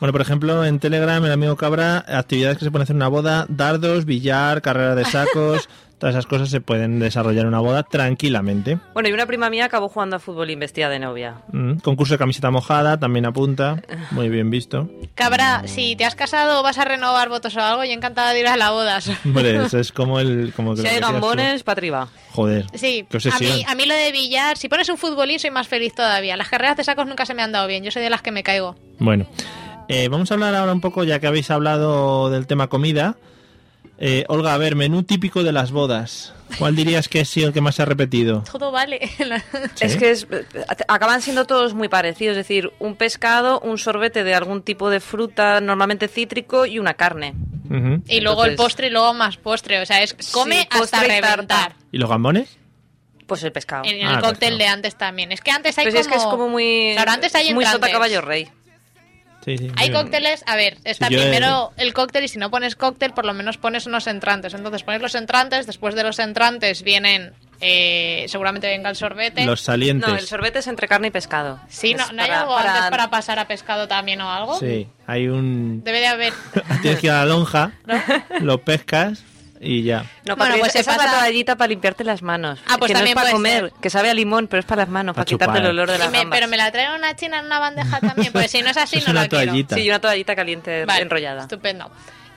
[SPEAKER 1] Bueno, por ejemplo, en Telegram, el amigo Cabra, actividades que se pueden hacer en una boda, dardos, billar, carrera de sacos, Todas esas cosas se pueden desarrollar en una boda tranquilamente.
[SPEAKER 3] Bueno, y una prima mía acabó jugando a fútbol investida de novia.
[SPEAKER 1] Mm, Concurso de camiseta mojada también apunta. Muy bien visto.
[SPEAKER 2] Cabra, si te has casado o vas a renovar votos o algo, yo encantada de ir a la boda.
[SPEAKER 1] Hombre, eso es como el. Como que
[SPEAKER 3] Si
[SPEAKER 1] lo
[SPEAKER 3] hay
[SPEAKER 1] que decías tú.
[SPEAKER 3] gambones, para arriba.
[SPEAKER 1] Joder.
[SPEAKER 2] Sí,
[SPEAKER 1] Qué
[SPEAKER 2] a
[SPEAKER 1] obsesión.
[SPEAKER 2] mí, a mí lo de billar, si pones un futbolín soy más feliz todavía. Las carreras de sacos nunca se me han dado bien, yo soy de las que me caigo.
[SPEAKER 1] Bueno, eh, vamos a hablar ahora un poco, ya que habéis hablado del tema comida. Eh, Olga, a ver, menú típico de las bodas. ¿Cuál dirías que es sí, el que más se ha repetido?
[SPEAKER 2] Todo vale.
[SPEAKER 1] ¿Sí?
[SPEAKER 3] Es que es- acaban siendo todos muy parecidos, es decir, un pescado, un sorbete de algún tipo de fruta, normalmente cítrico, y una carne.
[SPEAKER 1] Ujú.
[SPEAKER 2] y luego el
[SPEAKER 3] Entonces-
[SPEAKER 2] postre y luego más postre, o sea, es come
[SPEAKER 3] Sí,
[SPEAKER 2] hasta
[SPEAKER 3] postre y tarta.
[SPEAKER 2] reventar.
[SPEAKER 1] ¿Y los gambones?
[SPEAKER 3] Pues el pescado.
[SPEAKER 2] En
[SPEAKER 1] Ah,
[SPEAKER 2] el cóctel
[SPEAKER 1] perfecto.
[SPEAKER 2] de antes también. Es que antes hay
[SPEAKER 3] Pero sí,
[SPEAKER 2] como...
[SPEAKER 3] Pues es que es como muy...
[SPEAKER 2] Claro, antes hay
[SPEAKER 3] muy sota
[SPEAKER 2] entrantes.
[SPEAKER 3] caballo rey.
[SPEAKER 1] Sí, sí.
[SPEAKER 2] Hay
[SPEAKER 1] sí.
[SPEAKER 2] cócteles, a ver, está
[SPEAKER 1] yo he-
[SPEAKER 2] primero el cóctel y si no pones cóctel, por lo menos pones unos entrantes. Entonces pones los entrantes, después de los entrantes vienen, eh, seguramente venga el sorbete.
[SPEAKER 1] Los salientes.
[SPEAKER 3] No, el sorbete es entre carne y pescado.
[SPEAKER 2] Sí, no,
[SPEAKER 3] Es
[SPEAKER 2] ¿no hay
[SPEAKER 3] para-
[SPEAKER 2] algo
[SPEAKER 3] para-
[SPEAKER 2] antes para pasar a pescado también o algo?
[SPEAKER 1] Sí, hay un...
[SPEAKER 2] Debe de haber.
[SPEAKER 1] Tienes que ir a la lonja, lo pescas y ya.
[SPEAKER 3] No,
[SPEAKER 2] Bueno,
[SPEAKER 3] Patricia,
[SPEAKER 2] pues se
[SPEAKER 3] esa es
[SPEAKER 2] pasa-
[SPEAKER 3] la toallita para limpiarte las manos.
[SPEAKER 2] Ah, pues
[SPEAKER 3] que no es
[SPEAKER 2] también
[SPEAKER 3] para
[SPEAKER 2] puede
[SPEAKER 3] comer,
[SPEAKER 2] ser.
[SPEAKER 3] que sabe a limón, pero es para las manos,
[SPEAKER 1] Pa'
[SPEAKER 3] para quitarte
[SPEAKER 1] chupar.
[SPEAKER 3] el olor de
[SPEAKER 2] Y
[SPEAKER 3] las
[SPEAKER 2] me-
[SPEAKER 3] gambas.
[SPEAKER 2] pero me la traen una china en una bandeja también, porque si no es así,
[SPEAKER 1] Eso es
[SPEAKER 2] no
[SPEAKER 1] una
[SPEAKER 2] la quiero.
[SPEAKER 1] toallita.
[SPEAKER 3] Sí, y una toallita caliente
[SPEAKER 2] Vale,
[SPEAKER 3] enrollada.
[SPEAKER 2] Estupendo.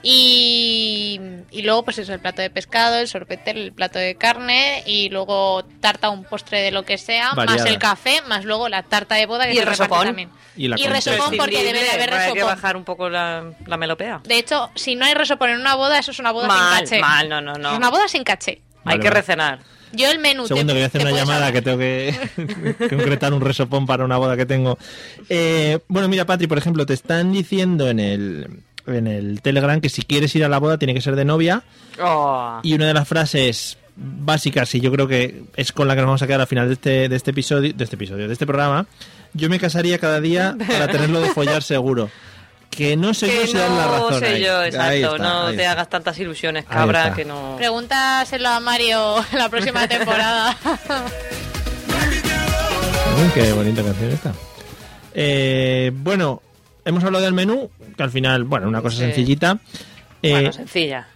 [SPEAKER 2] Y, y luego, pues eso, el plato de pescado, el sorbete, el plato de carne y luego tarta, un postre de lo que sea,
[SPEAKER 1] Variada.
[SPEAKER 2] más el café, más luego la tarta de boda que
[SPEAKER 3] Y
[SPEAKER 2] se
[SPEAKER 3] el
[SPEAKER 2] reparte
[SPEAKER 3] resopón.
[SPEAKER 2] también.
[SPEAKER 1] Y la concha.
[SPEAKER 2] resopón, porque debe de haber
[SPEAKER 3] Hay que
[SPEAKER 2] resopón.
[SPEAKER 3] bajar un poco la, la melopea.
[SPEAKER 2] De hecho, si no hay resopón en una boda, eso es una boda sin
[SPEAKER 3] Mal,
[SPEAKER 2] caché.
[SPEAKER 3] mal, no, no,
[SPEAKER 2] Es
[SPEAKER 3] no.
[SPEAKER 2] una boda sin caché.
[SPEAKER 3] Hay
[SPEAKER 1] Vale,
[SPEAKER 3] que
[SPEAKER 1] vale.
[SPEAKER 3] recenar.
[SPEAKER 2] Yo el menú.
[SPEAKER 1] Segundo, que
[SPEAKER 2] te-
[SPEAKER 1] voy a hacer
[SPEAKER 2] te
[SPEAKER 1] una
[SPEAKER 2] puedes
[SPEAKER 1] llamada que
[SPEAKER 2] hablar.
[SPEAKER 1] tengo que concretar un resopón para una boda que tengo. Eh, bueno, mira, Patri, por ejemplo, te están diciendo en el, en el Telegram que si quieres ir a la boda tiene que ser de novia.
[SPEAKER 3] Oh.
[SPEAKER 1] Y una de las frases básicas, y yo creo que es con la que nos vamos a quedar al final de este, de este episodio, de este episodio, de este programa, yo me casaría cada día para tenerlo de follar seguro. Que no sé yo
[SPEAKER 3] que
[SPEAKER 1] si dan la
[SPEAKER 3] no
[SPEAKER 1] razón.
[SPEAKER 3] sé
[SPEAKER 1] ahí.
[SPEAKER 3] yo,
[SPEAKER 1] Ahí está,
[SPEAKER 3] exacto. no
[SPEAKER 1] ahí
[SPEAKER 3] te
[SPEAKER 1] está.
[SPEAKER 3] hagas tantas ilusiones,
[SPEAKER 1] Ahí
[SPEAKER 3] cabra,
[SPEAKER 1] está.
[SPEAKER 3] que no.
[SPEAKER 2] Pregúntaselo a Mario la próxima temporada.
[SPEAKER 1] Uy, qué bonita canción esta. Eh, bueno, hemos hablado del menú, que al final, bueno, una cosa
[SPEAKER 3] Sí.
[SPEAKER 1] sencillita. Eh,
[SPEAKER 3] Bueno, sencilla.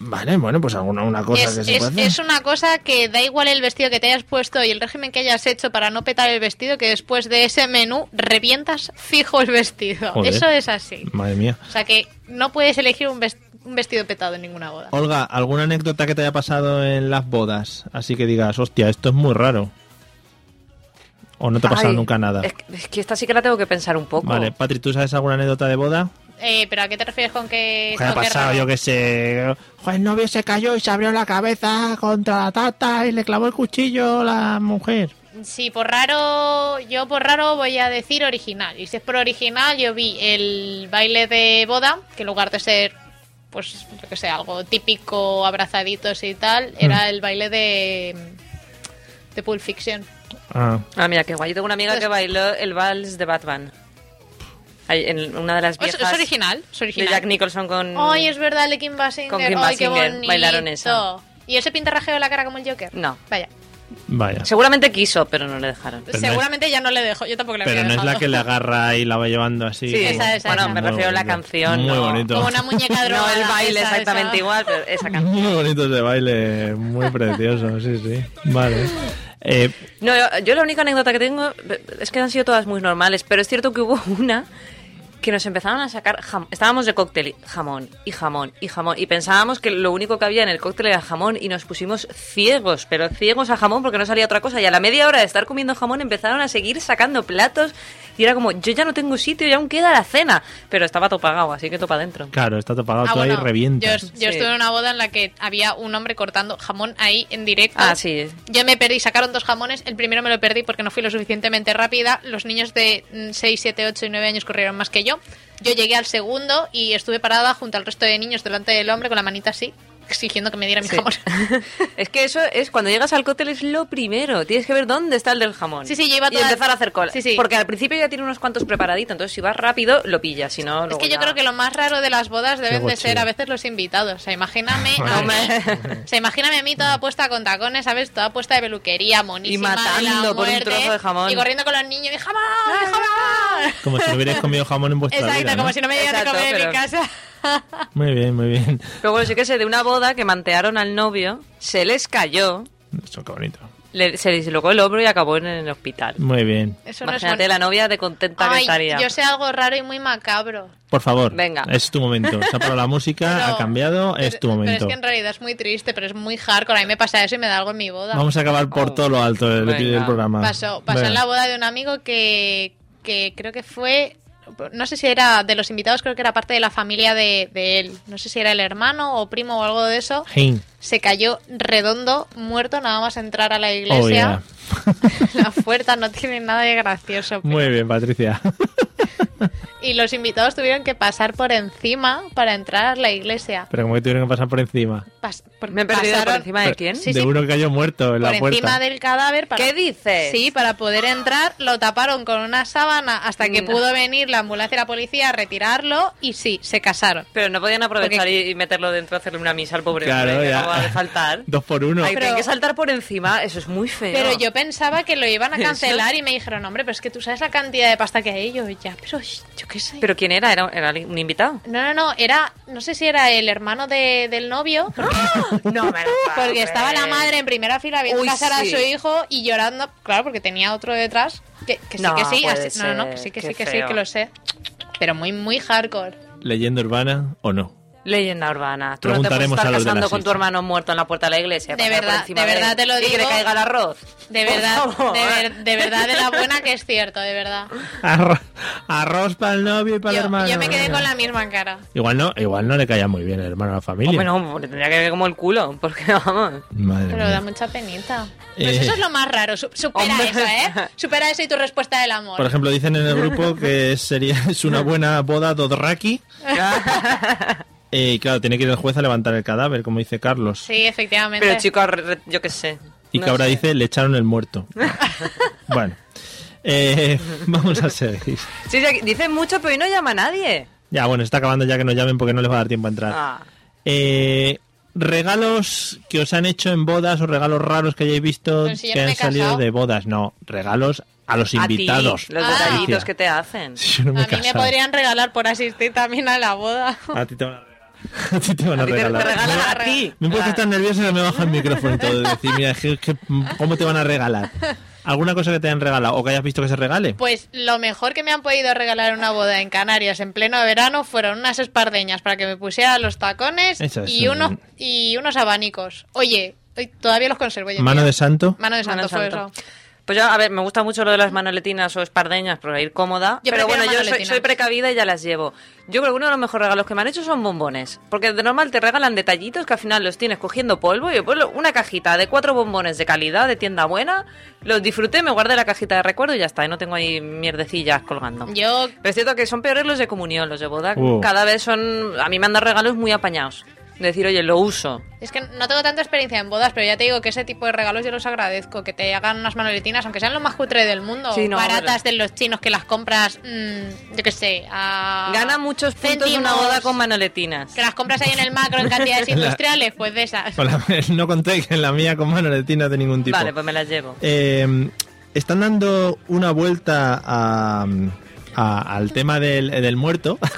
[SPEAKER 1] Vale, bueno, pues alguna una cosa
[SPEAKER 2] es,
[SPEAKER 1] que se
[SPEAKER 2] es-
[SPEAKER 1] puede hacer.
[SPEAKER 2] es una cosa que da igual el vestido que te hayas puesto y el régimen que hayas hecho para no petar el vestido, que después de ese menú revientas fijo el vestido.
[SPEAKER 1] Joder.
[SPEAKER 2] Eso es así.
[SPEAKER 1] Madre mía.
[SPEAKER 2] O sea que no puedes elegir un, ves- un vestido petado en ninguna boda.
[SPEAKER 1] Olga, ¿alguna anécdota que te haya pasado en las bodas? Así que digas, hostia, esto es muy raro. ¿O no te ha pasado
[SPEAKER 3] Ay,
[SPEAKER 1] nunca nada?
[SPEAKER 3] Es que, es que esta sí que la tengo que pensar un poco.
[SPEAKER 1] Vale, Patri, ¿tú sabes alguna anécdota de boda?
[SPEAKER 2] Eh, ¿Pero a qué te refieres con que...
[SPEAKER 1] ¿Qué ha
[SPEAKER 2] con que
[SPEAKER 1] pasado?
[SPEAKER 2] raro?
[SPEAKER 1] Yo qué sé. Joder, el novio se cayó y se abrió la cabeza contra la tata y le clavó el cuchillo la mujer.
[SPEAKER 2] Sí, por raro, yo por raro voy a decir original. Y si es por original, yo vi el baile de boda, que en lugar de ser, pues, yo que sé, algo típico, abrazaditos y
[SPEAKER 3] Mm.
[SPEAKER 2] tal, era el baile de, de Pulp Fiction.
[SPEAKER 1] Ah,
[SPEAKER 3] Ah, mira, qué guay. Yo tengo una amiga que
[SPEAKER 2] Pues-
[SPEAKER 3] bailó el vals de Batman. Ahí, en una de las
[SPEAKER 2] Es,
[SPEAKER 3] viejas.
[SPEAKER 2] es original, es
[SPEAKER 3] De
[SPEAKER 2] original.
[SPEAKER 3] Jack Nicholson con.
[SPEAKER 2] Ay, es verdad, el de Kim Basinger.
[SPEAKER 3] Con Kim
[SPEAKER 2] Ay, qué
[SPEAKER 3] Basinger,
[SPEAKER 2] bonito.
[SPEAKER 3] bailaron eso. Mm.
[SPEAKER 2] ¿Y ese pintarrajeo de la cara como el Joker?
[SPEAKER 3] No.
[SPEAKER 2] Vaya.
[SPEAKER 1] vaya.
[SPEAKER 3] Seguramente quiso, pero no le dejaron.
[SPEAKER 1] Pero no es-
[SPEAKER 2] Seguramente ya no le dejo, yo tampoco le
[SPEAKER 1] Pero
[SPEAKER 2] había
[SPEAKER 1] no es la
[SPEAKER 2] dejado.
[SPEAKER 1] que le agarra y la va llevando así.
[SPEAKER 3] Sí,
[SPEAKER 2] esa, esa,
[SPEAKER 3] bueno,
[SPEAKER 2] esa.
[SPEAKER 3] me
[SPEAKER 1] Muy
[SPEAKER 3] refiero a la
[SPEAKER 1] bonito.
[SPEAKER 3] canción.
[SPEAKER 1] Muy
[SPEAKER 3] no-
[SPEAKER 1] bonito.
[SPEAKER 2] Como una muñeca
[SPEAKER 3] No
[SPEAKER 2] drogada.
[SPEAKER 3] el baile
[SPEAKER 2] esa,
[SPEAKER 3] exactamente
[SPEAKER 2] esa.
[SPEAKER 3] igual, pero esa canción.
[SPEAKER 1] Muy bonito ese baile, muy precioso, sí, sí. Vale. Eh,
[SPEAKER 3] No, yo, yo la única anécdota que tengo es que han sido todas muy normales, pero es cierto que hubo una que nos empezaron a sacar jam- estábamos de cóctel y jamón y jamón y jamón y pensábamos que lo único que había en el cóctel era jamón y nos pusimos ciegos, pero ciegos a jamón porque no salía otra cosa y a la media hora de estar comiendo jamón empezaron a seguir sacando platos y era como yo ya no tengo sitio, ya aún queda la cena, pero estaba todo pagado, así que todo para adentro.
[SPEAKER 1] claro, está topado
[SPEAKER 2] Ah,
[SPEAKER 1] tú ahí
[SPEAKER 2] bueno, Yo,
[SPEAKER 1] revientas.
[SPEAKER 2] es- yo
[SPEAKER 3] Sí.
[SPEAKER 2] estuve en una boda en la que había un hombre cortando jamón ahí en directo.
[SPEAKER 3] Ah, sí.
[SPEAKER 2] Yo me perdí, sacaron dos jamones. El primero me lo perdí porque no fui lo suficientemente rápida. Los niños de mm, 6, 7, 8 y 9 años corrieron más que yo. Yo llegué al segundo y estuve parada junto al resto de niños delante del hombre con la manita así, exigiendo que me diera mi
[SPEAKER 3] Sí.
[SPEAKER 2] jamón.
[SPEAKER 3] es que eso es cuando llegas al cóctel es lo primero. Tienes que ver dónde está el del jamón.
[SPEAKER 2] Sí, sí, yo iba
[SPEAKER 3] Y
[SPEAKER 2] toda-
[SPEAKER 3] empezar a hacer cola.
[SPEAKER 2] Sí, sí.
[SPEAKER 3] Porque al principio ya tiene unos cuantos preparaditos. Entonces, si vas rápido, lo pillas. Si no,
[SPEAKER 2] Es que yo creo que lo más raro de las bodas deben de ser
[SPEAKER 1] gochila.
[SPEAKER 2] a veces los invitados. O sea, imagíname a mí,
[SPEAKER 3] Hombre.
[SPEAKER 2] o sea, imagíname a mí toda puesta con tacones, ¿sabes? Toda puesta de peluquería, monísima,
[SPEAKER 3] Y matando
[SPEAKER 2] de la
[SPEAKER 3] por un
[SPEAKER 2] muerte,
[SPEAKER 3] trozo de jamón.
[SPEAKER 2] Y corriendo con los niños, ¡mi jamón, mi jamón!
[SPEAKER 1] Como si no hubierais comido jamón en vuestra
[SPEAKER 2] Exacto,
[SPEAKER 1] vida. ¿no?
[SPEAKER 2] como si no me dieran de
[SPEAKER 3] Exacto,
[SPEAKER 2] comer en mi
[SPEAKER 3] pero-
[SPEAKER 2] casa.
[SPEAKER 1] Muy bien, muy bien.
[SPEAKER 3] Pero bueno, sí que sé de una boda que mantearon al novio, se les cayó,
[SPEAKER 1] Eso, qué bonito.
[SPEAKER 3] le- se dislocó el hombro y acabó en el hospital.
[SPEAKER 1] Muy bien.
[SPEAKER 2] Eso no es
[SPEAKER 3] Imagínate
[SPEAKER 2] bonito.
[SPEAKER 3] la novia de contenta que
[SPEAKER 2] Ay,
[SPEAKER 3] estaría.
[SPEAKER 2] yo sé algo raro y muy macabro.
[SPEAKER 1] Por favor,
[SPEAKER 3] Venga.
[SPEAKER 1] es tu momento. Se ha parado la música,
[SPEAKER 2] Pero-
[SPEAKER 1] Ah, ha cambiado, es
[SPEAKER 2] pero-
[SPEAKER 1] tu
[SPEAKER 2] Pero
[SPEAKER 1] momento.
[SPEAKER 2] es que en realidad es muy triste, pero es muy hardcore. A mí me pasa eso y me da algo en mi boda.
[SPEAKER 1] Vamos a acabar por
[SPEAKER 3] Oh.
[SPEAKER 1] todo lo alto del,
[SPEAKER 3] Venga.
[SPEAKER 1] del programa.
[SPEAKER 2] Pasó, pasó
[SPEAKER 1] Venga.
[SPEAKER 2] en la boda de un amigo que, que creo que fue, no sé si era de los invitados, creo que era parte de la familia de, de él. No sé si era el hermano o primo o algo de eso.
[SPEAKER 1] Jin.
[SPEAKER 2] Se cayó redondo, muerto, nada más entrar a la
[SPEAKER 1] Oh,
[SPEAKER 2] iglesia. Las puertas no tienen nada de gracioso.
[SPEAKER 1] yeah. Muy bien, Patricia.
[SPEAKER 2] Y los invitados tuvieron que pasar por encima para entrar a la iglesia.
[SPEAKER 1] Pero como que tuvieron que pasar por encima.
[SPEAKER 2] Pas- por-
[SPEAKER 3] Me he perdido por
[SPEAKER 2] pasaron-
[SPEAKER 3] encima de quién.
[SPEAKER 2] Sí,
[SPEAKER 1] de
[SPEAKER 2] sí.
[SPEAKER 1] uno que cayó muerto en
[SPEAKER 2] por
[SPEAKER 1] la puerta.
[SPEAKER 2] encima del cadáver para
[SPEAKER 3] ¿Qué dices?
[SPEAKER 2] sí para poder entrar lo taparon con una sábana hasta que
[SPEAKER 3] No.
[SPEAKER 2] pudo venir la ambulancia y la policía a retirarlo y sí se casaron
[SPEAKER 3] Pero no podían aprovechar y, y meterlo dentro, hacerle una misa al pobre
[SPEAKER 1] Claro,
[SPEAKER 3] hombre que
[SPEAKER 1] ya.
[SPEAKER 3] acaba de faltar.
[SPEAKER 1] Dos por uno.
[SPEAKER 3] Ahí
[SPEAKER 2] Pero-
[SPEAKER 3] tienen que saltar por encima, eso es muy feo.
[SPEAKER 2] pero yo pensaba que lo iban a cancelar y me dijeron hombre pero es que tú sabes la cantidad de pasta que hay Y yo ya pero sh, yo qué sé
[SPEAKER 3] ¿Pero quién era? ¿Era, era un invitado?
[SPEAKER 2] no no no era no sé si era el hermano de- del novio porque,
[SPEAKER 3] No me lo
[SPEAKER 2] porque estaba la madre en primera fila viendo
[SPEAKER 3] Ah, Uy,
[SPEAKER 2] casar
[SPEAKER 3] sí.
[SPEAKER 2] a su hijo y llorando claro porque tenía otro detrás que, que sí
[SPEAKER 3] No,
[SPEAKER 2] que sí
[SPEAKER 3] puede
[SPEAKER 2] así- no no no, que sí
[SPEAKER 3] ser,
[SPEAKER 2] que
[SPEAKER 3] qué
[SPEAKER 2] sí que sí
[SPEAKER 3] feo.
[SPEAKER 2] que lo sé pero muy muy hardcore
[SPEAKER 1] ¿Leyenda urbana o no?
[SPEAKER 3] Leyenda urbana. Tú no te puedes
[SPEAKER 1] Preguntaremos
[SPEAKER 3] estar
[SPEAKER 1] a los de la
[SPEAKER 3] casando con
[SPEAKER 1] silla.
[SPEAKER 3] tu hermano muerto en la puerta de la iglesia.
[SPEAKER 2] De
[SPEAKER 3] pasar por
[SPEAKER 2] verdad,
[SPEAKER 3] encima
[SPEAKER 2] de
[SPEAKER 3] él
[SPEAKER 2] verdad te lo
[SPEAKER 3] Y que le
[SPEAKER 2] digo.
[SPEAKER 3] caiga el arroz.
[SPEAKER 2] De
[SPEAKER 3] Por
[SPEAKER 2] verdad,
[SPEAKER 3] favor.
[SPEAKER 2] de, ver- de verdad, de la buena que es cierto, de verdad.
[SPEAKER 1] Arro- Arroz para el novio y para el
[SPEAKER 2] Yo,
[SPEAKER 1] hermano.
[SPEAKER 2] yo me quedé
[SPEAKER 1] venga.
[SPEAKER 2] con la misma cara.
[SPEAKER 1] Igual no, igual no le caía muy bien el hermano a la familia.
[SPEAKER 3] Hombre, no, porque tendría que ver como el culo, porque vamos.
[SPEAKER 1] Madre
[SPEAKER 2] Pero
[SPEAKER 1] mía.
[SPEAKER 2] da mucha penita. Pues
[SPEAKER 1] Eh.
[SPEAKER 2] eso es lo más raro. su- supera
[SPEAKER 3] Hombre.
[SPEAKER 2] eso, ¿eh? Supera eso y tu respuesta del amor.
[SPEAKER 1] Por ejemplo, dicen en el grupo que sería es una buena boda Dothraki. Eh, y claro, tiene que ir el juez a levantar el cadáver, como dice Carlos.
[SPEAKER 2] sí, efectivamente.
[SPEAKER 3] Pero chicos, re- re- yo qué sé.
[SPEAKER 1] y
[SPEAKER 3] No
[SPEAKER 1] que ahora
[SPEAKER 3] sé.
[SPEAKER 1] dice, le echaron el muerto. bueno, eh, vamos a seguir.
[SPEAKER 3] Sí, sí, dice mucho, pero hoy no llama a nadie.
[SPEAKER 1] Ya, bueno, está acabando ya que nos llamen porque no les va a dar tiempo a entrar.
[SPEAKER 3] Ah.
[SPEAKER 1] Eh, regalos que os han hecho en bodas o regalos raros que hayáis visto
[SPEAKER 2] Pero si yo
[SPEAKER 1] que
[SPEAKER 2] no me
[SPEAKER 1] han
[SPEAKER 2] he casado.
[SPEAKER 1] salido de bodas. No, regalos a los
[SPEAKER 3] A ti,
[SPEAKER 1] invitados.
[SPEAKER 3] los
[SPEAKER 2] Ah.
[SPEAKER 3] detallitos
[SPEAKER 1] Patricia.
[SPEAKER 3] que te hacen.
[SPEAKER 1] Si yo no me he
[SPEAKER 2] a mí me
[SPEAKER 1] casado.
[SPEAKER 2] podrían regalar por asistir también a la boda.
[SPEAKER 1] A ti te van a regalar. A ti te van a,
[SPEAKER 3] A ti te, te
[SPEAKER 1] regalar.
[SPEAKER 3] regalan a
[SPEAKER 2] Me-
[SPEAKER 3] ti.
[SPEAKER 1] Me he puesto
[SPEAKER 3] Ah.
[SPEAKER 1] tan nervioso que me baja el micrófono y todo. de decir, mira, es que- es que, ¿cómo te van a regalar? ¿Alguna cosa que te hayan regalado o que hayas visto que se regale?
[SPEAKER 2] Pues lo mejor que me han podido regalar en una boda en Canarias en pleno verano fueron unas espardeñas para que me pusiera los tacones
[SPEAKER 1] Eso es
[SPEAKER 2] y
[SPEAKER 1] un-
[SPEAKER 2] unos, y unos abanicos. Oye, hoy todavía los conservo. yo,
[SPEAKER 1] Mano
[SPEAKER 2] tío.
[SPEAKER 1] de santo.
[SPEAKER 2] Mano de santo
[SPEAKER 3] Mano
[SPEAKER 2] fue
[SPEAKER 3] santo.
[SPEAKER 2] eso.
[SPEAKER 3] Pues yo, a ver, me gusta mucho lo de las manoletinas o espardeñas para ir cómoda.
[SPEAKER 2] Yo prefiero
[SPEAKER 3] pero bueno, yo soy,
[SPEAKER 2] manoletinas.
[SPEAKER 3] soy precavida y ya las llevo. Yo creo que uno de los mejores regalos que me han hecho son bombones. Porque de normal te regalan detallitos que al final los tienes cogiendo polvo. Y después lo- una cajita de cuatro bombones de calidad, de tienda buena. Los disfruté, me guardé la cajita de recuerdo y ya está. Y no tengo ahí mierdecillas colgando.
[SPEAKER 2] Yo
[SPEAKER 3] Pero es cierto que son peores los de comunión, los de boda.
[SPEAKER 1] Uh.
[SPEAKER 3] Cada vez son. A mí me han dado regalos muy apañados. Decir, oye, lo uso.
[SPEAKER 2] Es que no tengo tanta experiencia en bodas, pero ya te digo que ese tipo de regalos yo los agradezco. Que te hagan unas manoletinas, aunque sean lo más cutre del mundo.
[SPEAKER 3] Sí, no,
[SPEAKER 2] baratas
[SPEAKER 3] hombre.
[SPEAKER 2] de los chinos que las compras, mm, yo qué sé, a...
[SPEAKER 3] Gana muchos puntos
[SPEAKER 2] Ah. céntimos,
[SPEAKER 3] una boda con manoletinas.
[SPEAKER 2] Que las compras ahí en el macro en cantidades industriales, pues de esas.
[SPEAKER 1] Con la- no conté que la mía con manoletinas de ningún tipo.
[SPEAKER 3] Vale, pues me las llevo.
[SPEAKER 1] Eh, están dando una vuelta a- a- al tema del, del muerto.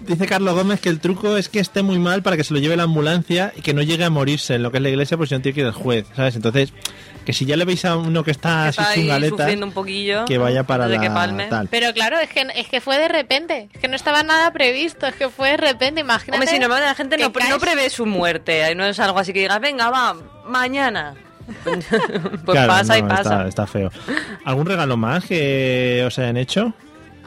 [SPEAKER 1] Dice Carlos Gómez que el truco es que esté muy mal para que se lo lleve la ambulancia y que no llegue a morirse en lo que es la iglesia, porque si no tiene que ir el juez, ¿sabes? Entonces, que si ya le veis a uno que está así
[SPEAKER 3] que está ahí
[SPEAKER 1] chungaleta,
[SPEAKER 3] sufriendo un poquillo.
[SPEAKER 1] que vaya para
[SPEAKER 3] de
[SPEAKER 1] la
[SPEAKER 3] que palme.
[SPEAKER 1] tal.
[SPEAKER 2] Pero claro, es que, es que fue de repente. Es que no estaba nada previsto. Es que fue de repente, imagínate.
[SPEAKER 3] Hombre, si normalmente la gente
[SPEAKER 2] que
[SPEAKER 3] no, no
[SPEAKER 2] caes-
[SPEAKER 3] prevé su muerte. ahí No es algo así que digas, venga, va, mañana. pues
[SPEAKER 1] Claro,
[SPEAKER 3] pasa y
[SPEAKER 1] no, está-
[SPEAKER 3] pasa.
[SPEAKER 1] Está, feo. ¿Algún regalo más que os hayan hecho?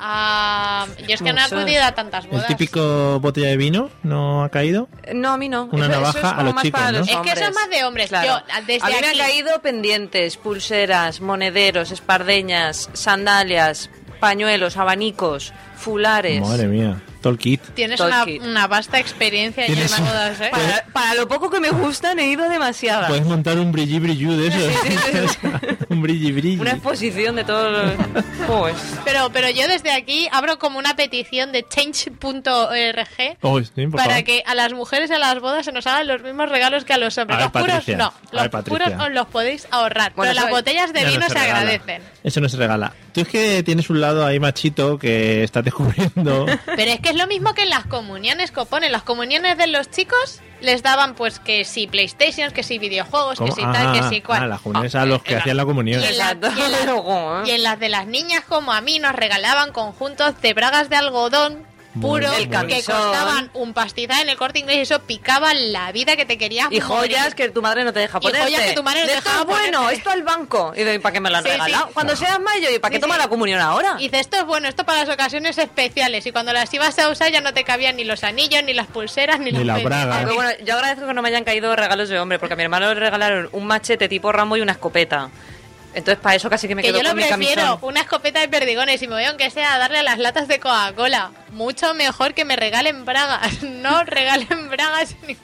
[SPEAKER 2] Ah, yo es que no he
[SPEAKER 3] Muchas.
[SPEAKER 2] acudido a tantas bodas.
[SPEAKER 1] ¿El típico botella de vino no ha caído?
[SPEAKER 3] No, a mí no.
[SPEAKER 1] Una
[SPEAKER 3] Eso- eso
[SPEAKER 1] navaja
[SPEAKER 3] es como
[SPEAKER 1] a los
[SPEAKER 3] más
[SPEAKER 1] chicos,
[SPEAKER 3] para
[SPEAKER 1] ¿no?
[SPEAKER 3] los
[SPEAKER 2] Es que eso
[SPEAKER 3] hombres.
[SPEAKER 2] es más de hombres. Yo, desde
[SPEAKER 3] a mí me han
[SPEAKER 2] aquí-
[SPEAKER 3] caído pendientes, pulseras, monederos, espardeñas, sandalias, pañuelos, abanicos, fulares.
[SPEAKER 1] Madre mía, todo el kit.
[SPEAKER 2] Tienes
[SPEAKER 3] Todo
[SPEAKER 2] una,
[SPEAKER 3] kit.
[SPEAKER 2] una vasta experiencia ya
[SPEAKER 1] Tienes
[SPEAKER 2] en
[SPEAKER 1] un- Pues
[SPEAKER 2] bodas, ¿eh?
[SPEAKER 3] Para, para lo poco que me gustan he ido demasiadas.
[SPEAKER 1] Puedes montar un brilli brillu de eso.
[SPEAKER 3] Sí, sí,
[SPEAKER 1] un brilli brilli.
[SPEAKER 3] Una exposición de todos los... Pues,
[SPEAKER 2] Pero, pero yo desde aquí abro como una petición de change.org
[SPEAKER 1] Oh, sí, por
[SPEAKER 2] para
[SPEAKER 1] favor.
[SPEAKER 2] que a las mujeres en las bodas se nos hagan los mismos regalos que a los
[SPEAKER 1] A
[SPEAKER 2] hombres.
[SPEAKER 1] ver,
[SPEAKER 2] los puros
[SPEAKER 1] Patricia.
[SPEAKER 2] no,
[SPEAKER 1] A
[SPEAKER 2] los
[SPEAKER 1] ver, Patricia.
[SPEAKER 2] puros os los podéis ahorrar.
[SPEAKER 3] Bueno,
[SPEAKER 2] pero las
[SPEAKER 3] eso-
[SPEAKER 2] botellas de
[SPEAKER 1] Ya no
[SPEAKER 2] vino se
[SPEAKER 1] regala.
[SPEAKER 2] agradecen.
[SPEAKER 1] Eso no se regala. Tú es que tienes un lado ahí machito que está descubriendo.
[SPEAKER 3] Pues
[SPEAKER 2] Pero es que es lo mismo que en las comuniones que ponen. Las comuniones de los chicos les daban pues que si PlayStation, que si videojuegos,
[SPEAKER 1] ¿Cómo?
[SPEAKER 2] que si tal, que si cual.
[SPEAKER 1] ah, las comuniones a los que hacían la comunión.
[SPEAKER 2] Y en, la- y en la- y en las de las niñas como a mí nos regalaban conjuntos de bragas de algodón
[SPEAKER 1] Muy
[SPEAKER 2] puro
[SPEAKER 1] bien,
[SPEAKER 3] El
[SPEAKER 2] que
[SPEAKER 3] camisón.
[SPEAKER 2] costaban un pastizal en el corte inglés y eso picaba la vida que te querías
[SPEAKER 3] Y
[SPEAKER 2] morir.
[SPEAKER 3] joyas que tu madre no te deja
[SPEAKER 2] Y joyas
[SPEAKER 3] ponerte.
[SPEAKER 2] que tu madre no te
[SPEAKER 3] De
[SPEAKER 2] deja
[SPEAKER 3] esto, bueno,
[SPEAKER 2] ponerte.
[SPEAKER 3] esto al banco. Y de, ¿para qué me lo han
[SPEAKER 2] Sí, sí.
[SPEAKER 3] regalado? Cuando seas mayo, ¿y para qué
[SPEAKER 2] Sí,
[SPEAKER 3] toma
[SPEAKER 2] sí.
[SPEAKER 3] la comunión ahora?
[SPEAKER 2] Y Dice, esto es bueno, esto para las ocasiones especiales. Y cuando las ibas a usar ya no te cabían ni los anillos, ni las pulseras, ni,
[SPEAKER 1] Ni las
[SPEAKER 2] pendientes.
[SPEAKER 1] bragas.
[SPEAKER 3] Aunque bueno, yo agradezco que no me hayan caído regalos de hombre, porque a mi hermano le regalaron un machete tipo Rambo y una escopeta. Entonces, para eso casi que me
[SPEAKER 2] Que
[SPEAKER 3] quedo
[SPEAKER 2] yo lo
[SPEAKER 3] con mi
[SPEAKER 2] prefiero,
[SPEAKER 3] camisón.
[SPEAKER 2] una escopeta de perdigones y me voy aunque sea a darle a las latas de Coca-Cola. Mucho mejor que me regalen bragas. No regalen bragas ni...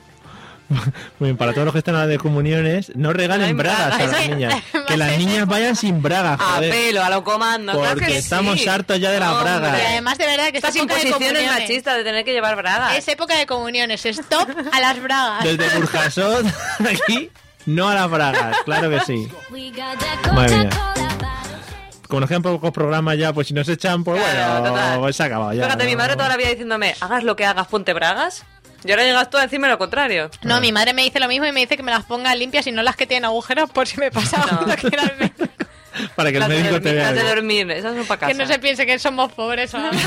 [SPEAKER 1] Muy bien, para todos los que están a la de comuniones, no regalen
[SPEAKER 3] No hay
[SPEAKER 1] bragas a
[SPEAKER 3] bragas.
[SPEAKER 1] las
[SPEAKER 3] Sí.
[SPEAKER 1] niñas. Que las niñas vayan sin bragas,
[SPEAKER 3] A
[SPEAKER 1] joder.
[SPEAKER 3] pelo, a lo comando. claro
[SPEAKER 1] Porque
[SPEAKER 3] que sí.
[SPEAKER 1] estamos hartos ya de las
[SPEAKER 3] Hombre,
[SPEAKER 1] bragas.
[SPEAKER 2] Y además de verdad que es
[SPEAKER 3] Estas
[SPEAKER 2] época de
[SPEAKER 3] imposiciones
[SPEAKER 2] comuniones.
[SPEAKER 3] machistas de tener que llevar bragas.
[SPEAKER 2] Es época de comuniones. Stop a las bragas.
[SPEAKER 1] Desde Burjasot, aquí, no a las bragas, claro que sí. Madre mía. Como nos quedan pocos programas ya, pues si nos echan, pues
[SPEAKER 3] Claro,
[SPEAKER 1] bueno,
[SPEAKER 3] total.
[SPEAKER 1] se ha acabado ya.
[SPEAKER 3] Fíjate, mi madre toda la vida diciéndome, hagas lo que hagas, ponte bragas. Y ahora llegas tú a decirme lo contrario.
[SPEAKER 2] No, mi madre me dice lo mismo y me dice que me las ponga limpias y no las que tienen agujeros por si me pasa algo que era el médico.
[SPEAKER 1] Para que el
[SPEAKER 3] Las de
[SPEAKER 1] médico te
[SPEAKER 3] dormir,
[SPEAKER 1] vea.
[SPEAKER 3] las de
[SPEAKER 1] bien.
[SPEAKER 3] dormir, esas son para casa.
[SPEAKER 2] Que no se piense que somos pobres o algo.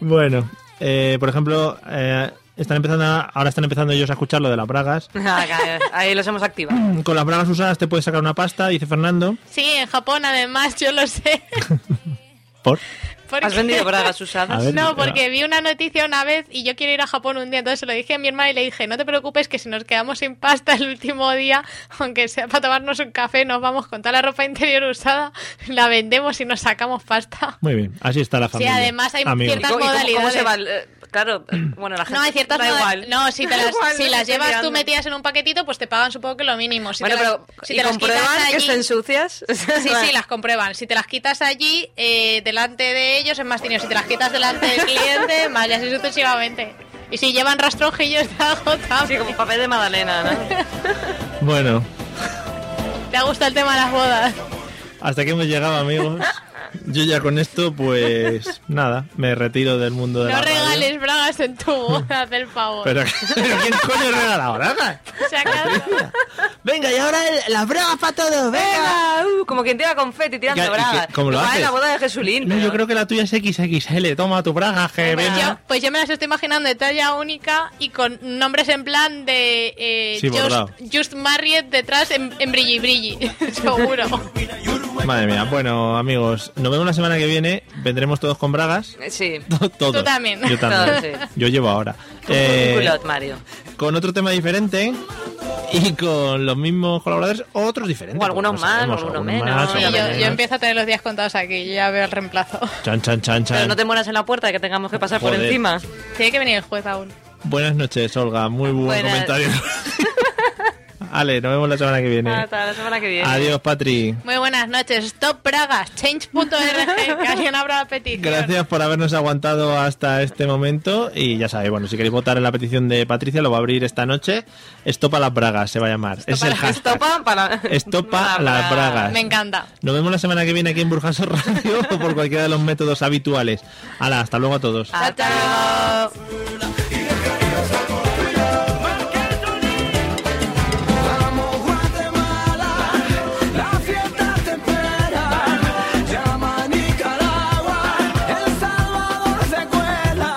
[SPEAKER 1] Bueno, eh, por ejemplo, eh, están empezando a- ahora están empezando ellos a escuchar lo de las bragas.
[SPEAKER 3] Ah, claro, Ahí los hemos activado.
[SPEAKER 1] Con las bragas usadas te puedes sacar una pasta, dice Fernando.
[SPEAKER 2] Sí, en Japón además, yo lo sé.
[SPEAKER 1] Por.
[SPEAKER 2] Porque-
[SPEAKER 3] ¿Has vendido bragas
[SPEAKER 1] A
[SPEAKER 3] usadas?
[SPEAKER 1] ver.
[SPEAKER 2] No,
[SPEAKER 1] pero-
[SPEAKER 2] porque vi una noticia una vez y yo quiero ir a Japón un día, entonces se lo dije a mi hermana y le dije, no te preocupes que si nos quedamos sin pasta el último día, aunque sea para tomarnos un café, nos vamos con toda la ropa interior usada, la vendemos y nos sacamos pasta.
[SPEAKER 1] Muy bien, así está la
[SPEAKER 2] Sí,
[SPEAKER 1] familia.
[SPEAKER 2] además hay
[SPEAKER 1] Amigos.
[SPEAKER 3] ¿Y
[SPEAKER 2] ciertas-
[SPEAKER 3] cómo- y cómo- cómo
[SPEAKER 2] modalidades.
[SPEAKER 3] se va? el- eh, Claro, bueno, la gente...
[SPEAKER 2] No, hay ciertas
[SPEAKER 3] da
[SPEAKER 2] moda-
[SPEAKER 3] igual.
[SPEAKER 2] No, si, te
[SPEAKER 3] Da
[SPEAKER 2] las,
[SPEAKER 3] igual,
[SPEAKER 2] si
[SPEAKER 3] me
[SPEAKER 2] las
[SPEAKER 3] estoy
[SPEAKER 2] llevas
[SPEAKER 3] liando.
[SPEAKER 2] tú metidas en un paquetito, pues te pagan supongo que lo mínimo. Si
[SPEAKER 3] bueno,
[SPEAKER 2] te las-
[SPEAKER 3] pero
[SPEAKER 2] si
[SPEAKER 3] ¿y
[SPEAKER 2] te las quitas
[SPEAKER 3] comprueban que
[SPEAKER 2] allí-
[SPEAKER 3] estén sucias?
[SPEAKER 2] Sí, sí, las comprueban. Si te las quitas allí, eh, delante de ellos es más dinero. Si te las quitas delante del cliente, más y así sucesivamente. Y si llevan rastrojillos, te agotado.
[SPEAKER 3] Sí, como papel de magdalena, ¿no?
[SPEAKER 1] Bueno,
[SPEAKER 2] Te ha gustado el tema de las bodas.
[SPEAKER 1] hasta que hemos llegado, amigos. Yo ya con esto, pues nada, me retiro del mundo de
[SPEAKER 2] No
[SPEAKER 1] la radio.
[SPEAKER 2] regales bragas en tu boda, del favor.
[SPEAKER 1] Pero, ¿eh? pero ¿quién coño regala bragas?
[SPEAKER 2] Se acaba.
[SPEAKER 1] Venga, y ahora el- las bragas para todos, venga.
[SPEAKER 2] Ah,
[SPEAKER 3] Venga, uh, como quien tira confeti tirando
[SPEAKER 1] Ya, ¿y qué-
[SPEAKER 3] bragas.
[SPEAKER 1] cómo lo
[SPEAKER 3] Igual en
[SPEAKER 1] haces?
[SPEAKER 3] la boda de Jesulín.
[SPEAKER 1] No,
[SPEAKER 3] pero-
[SPEAKER 1] yo creo que la tuya es XXL, toma tu braga, que
[SPEAKER 2] Pues
[SPEAKER 1] venga.
[SPEAKER 2] yo, pues yo me las estoy imaginando de talla única y con nombres en plan de eh,
[SPEAKER 1] Sí, bordado.
[SPEAKER 2] just, Just Married detrás en, en brilli brilli, seguro.
[SPEAKER 1] Madre mía, bueno, amigos, nos vemos la semana que viene, vendremos todos con bragas.
[SPEAKER 3] Eh, Sí.
[SPEAKER 1] To- Todos.
[SPEAKER 2] Tú también.
[SPEAKER 1] Yo también.
[SPEAKER 3] Todos, sí.
[SPEAKER 1] Yo llevo ahora.
[SPEAKER 3] Como
[SPEAKER 1] Eh,
[SPEAKER 3] un culot, Mario.
[SPEAKER 1] con otro tema diferente y con los mismos colaboradores, otros diferentes.
[SPEAKER 3] O algunos
[SPEAKER 1] porque no
[SPEAKER 3] más,
[SPEAKER 1] sabemos,
[SPEAKER 3] o algunos menos,
[SPEAKER 1] más,
[SPEAKER 2] Y
[SPEAKER 3] ya
[SPEAKER 2] yo,
[SPEAKER 1] algunos
[SPEAKER 3] veremos.
[SPEAKER 2] yo
[SPEAKER 1] menos.
[SPEAKER 2] empiezo a tener los días contados aquí, yo ya veo el reemplazo.
[SPEAKER 1] Chan, chan, chan,
[SPEAKER 3] Pero
[SPEAKER 1] chan.
[SPEAKER 3] no te mueras en la puerta de que tengamos que pasar por
[SPEAKER 1] Joder.
[SPEAKER 3] encima.
[SPEAKER 2] Tiene que venir el juez aún.
[SPEAKER 1] Buenas noches, Olga. Muy buen
[SPEAKER 3] Buenas.
[SPEAKER 1] comentario. Ale, nos vemos la semana que viene.
[SPEAKER 3] Hasta la semana que viene.
[SPEAKER 1] Eh, Adiós, Patri.
[SPEAKER 2] Muy buenas noches, Stop Bragas, Change.org, que alguien abra la petición.
[SPEAKER 1] Gracias por habernos aguantado hasta este momento. Y ya sabéis, bueno, si queréis votar en la petición de Patricia, lo va a abrir esta noche. Estopa las bragas se va a llamar. es el hashtag.
[SPEAKER 3] Estopa para...
[SPEAKER 1] Estopa las bragas.
[SPEAKER 2] Me encanta.
[SPEAKER 1] Nos vemos la semana que viene aquí en Burjaso Radio o por cualquiera de los métodos habituales. Hala, hasta luego a todos.
[SPEAKER 3] Hasta
[SPEAKER 5] Vamos Guatemala, la fiesta te espera. Llama a Nicaragua, El Salvador se cuela.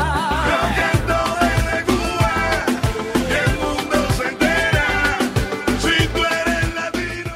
[SPEAKER 7] Cantando desde Cuba, el mundo se entera. Si tú eres latino.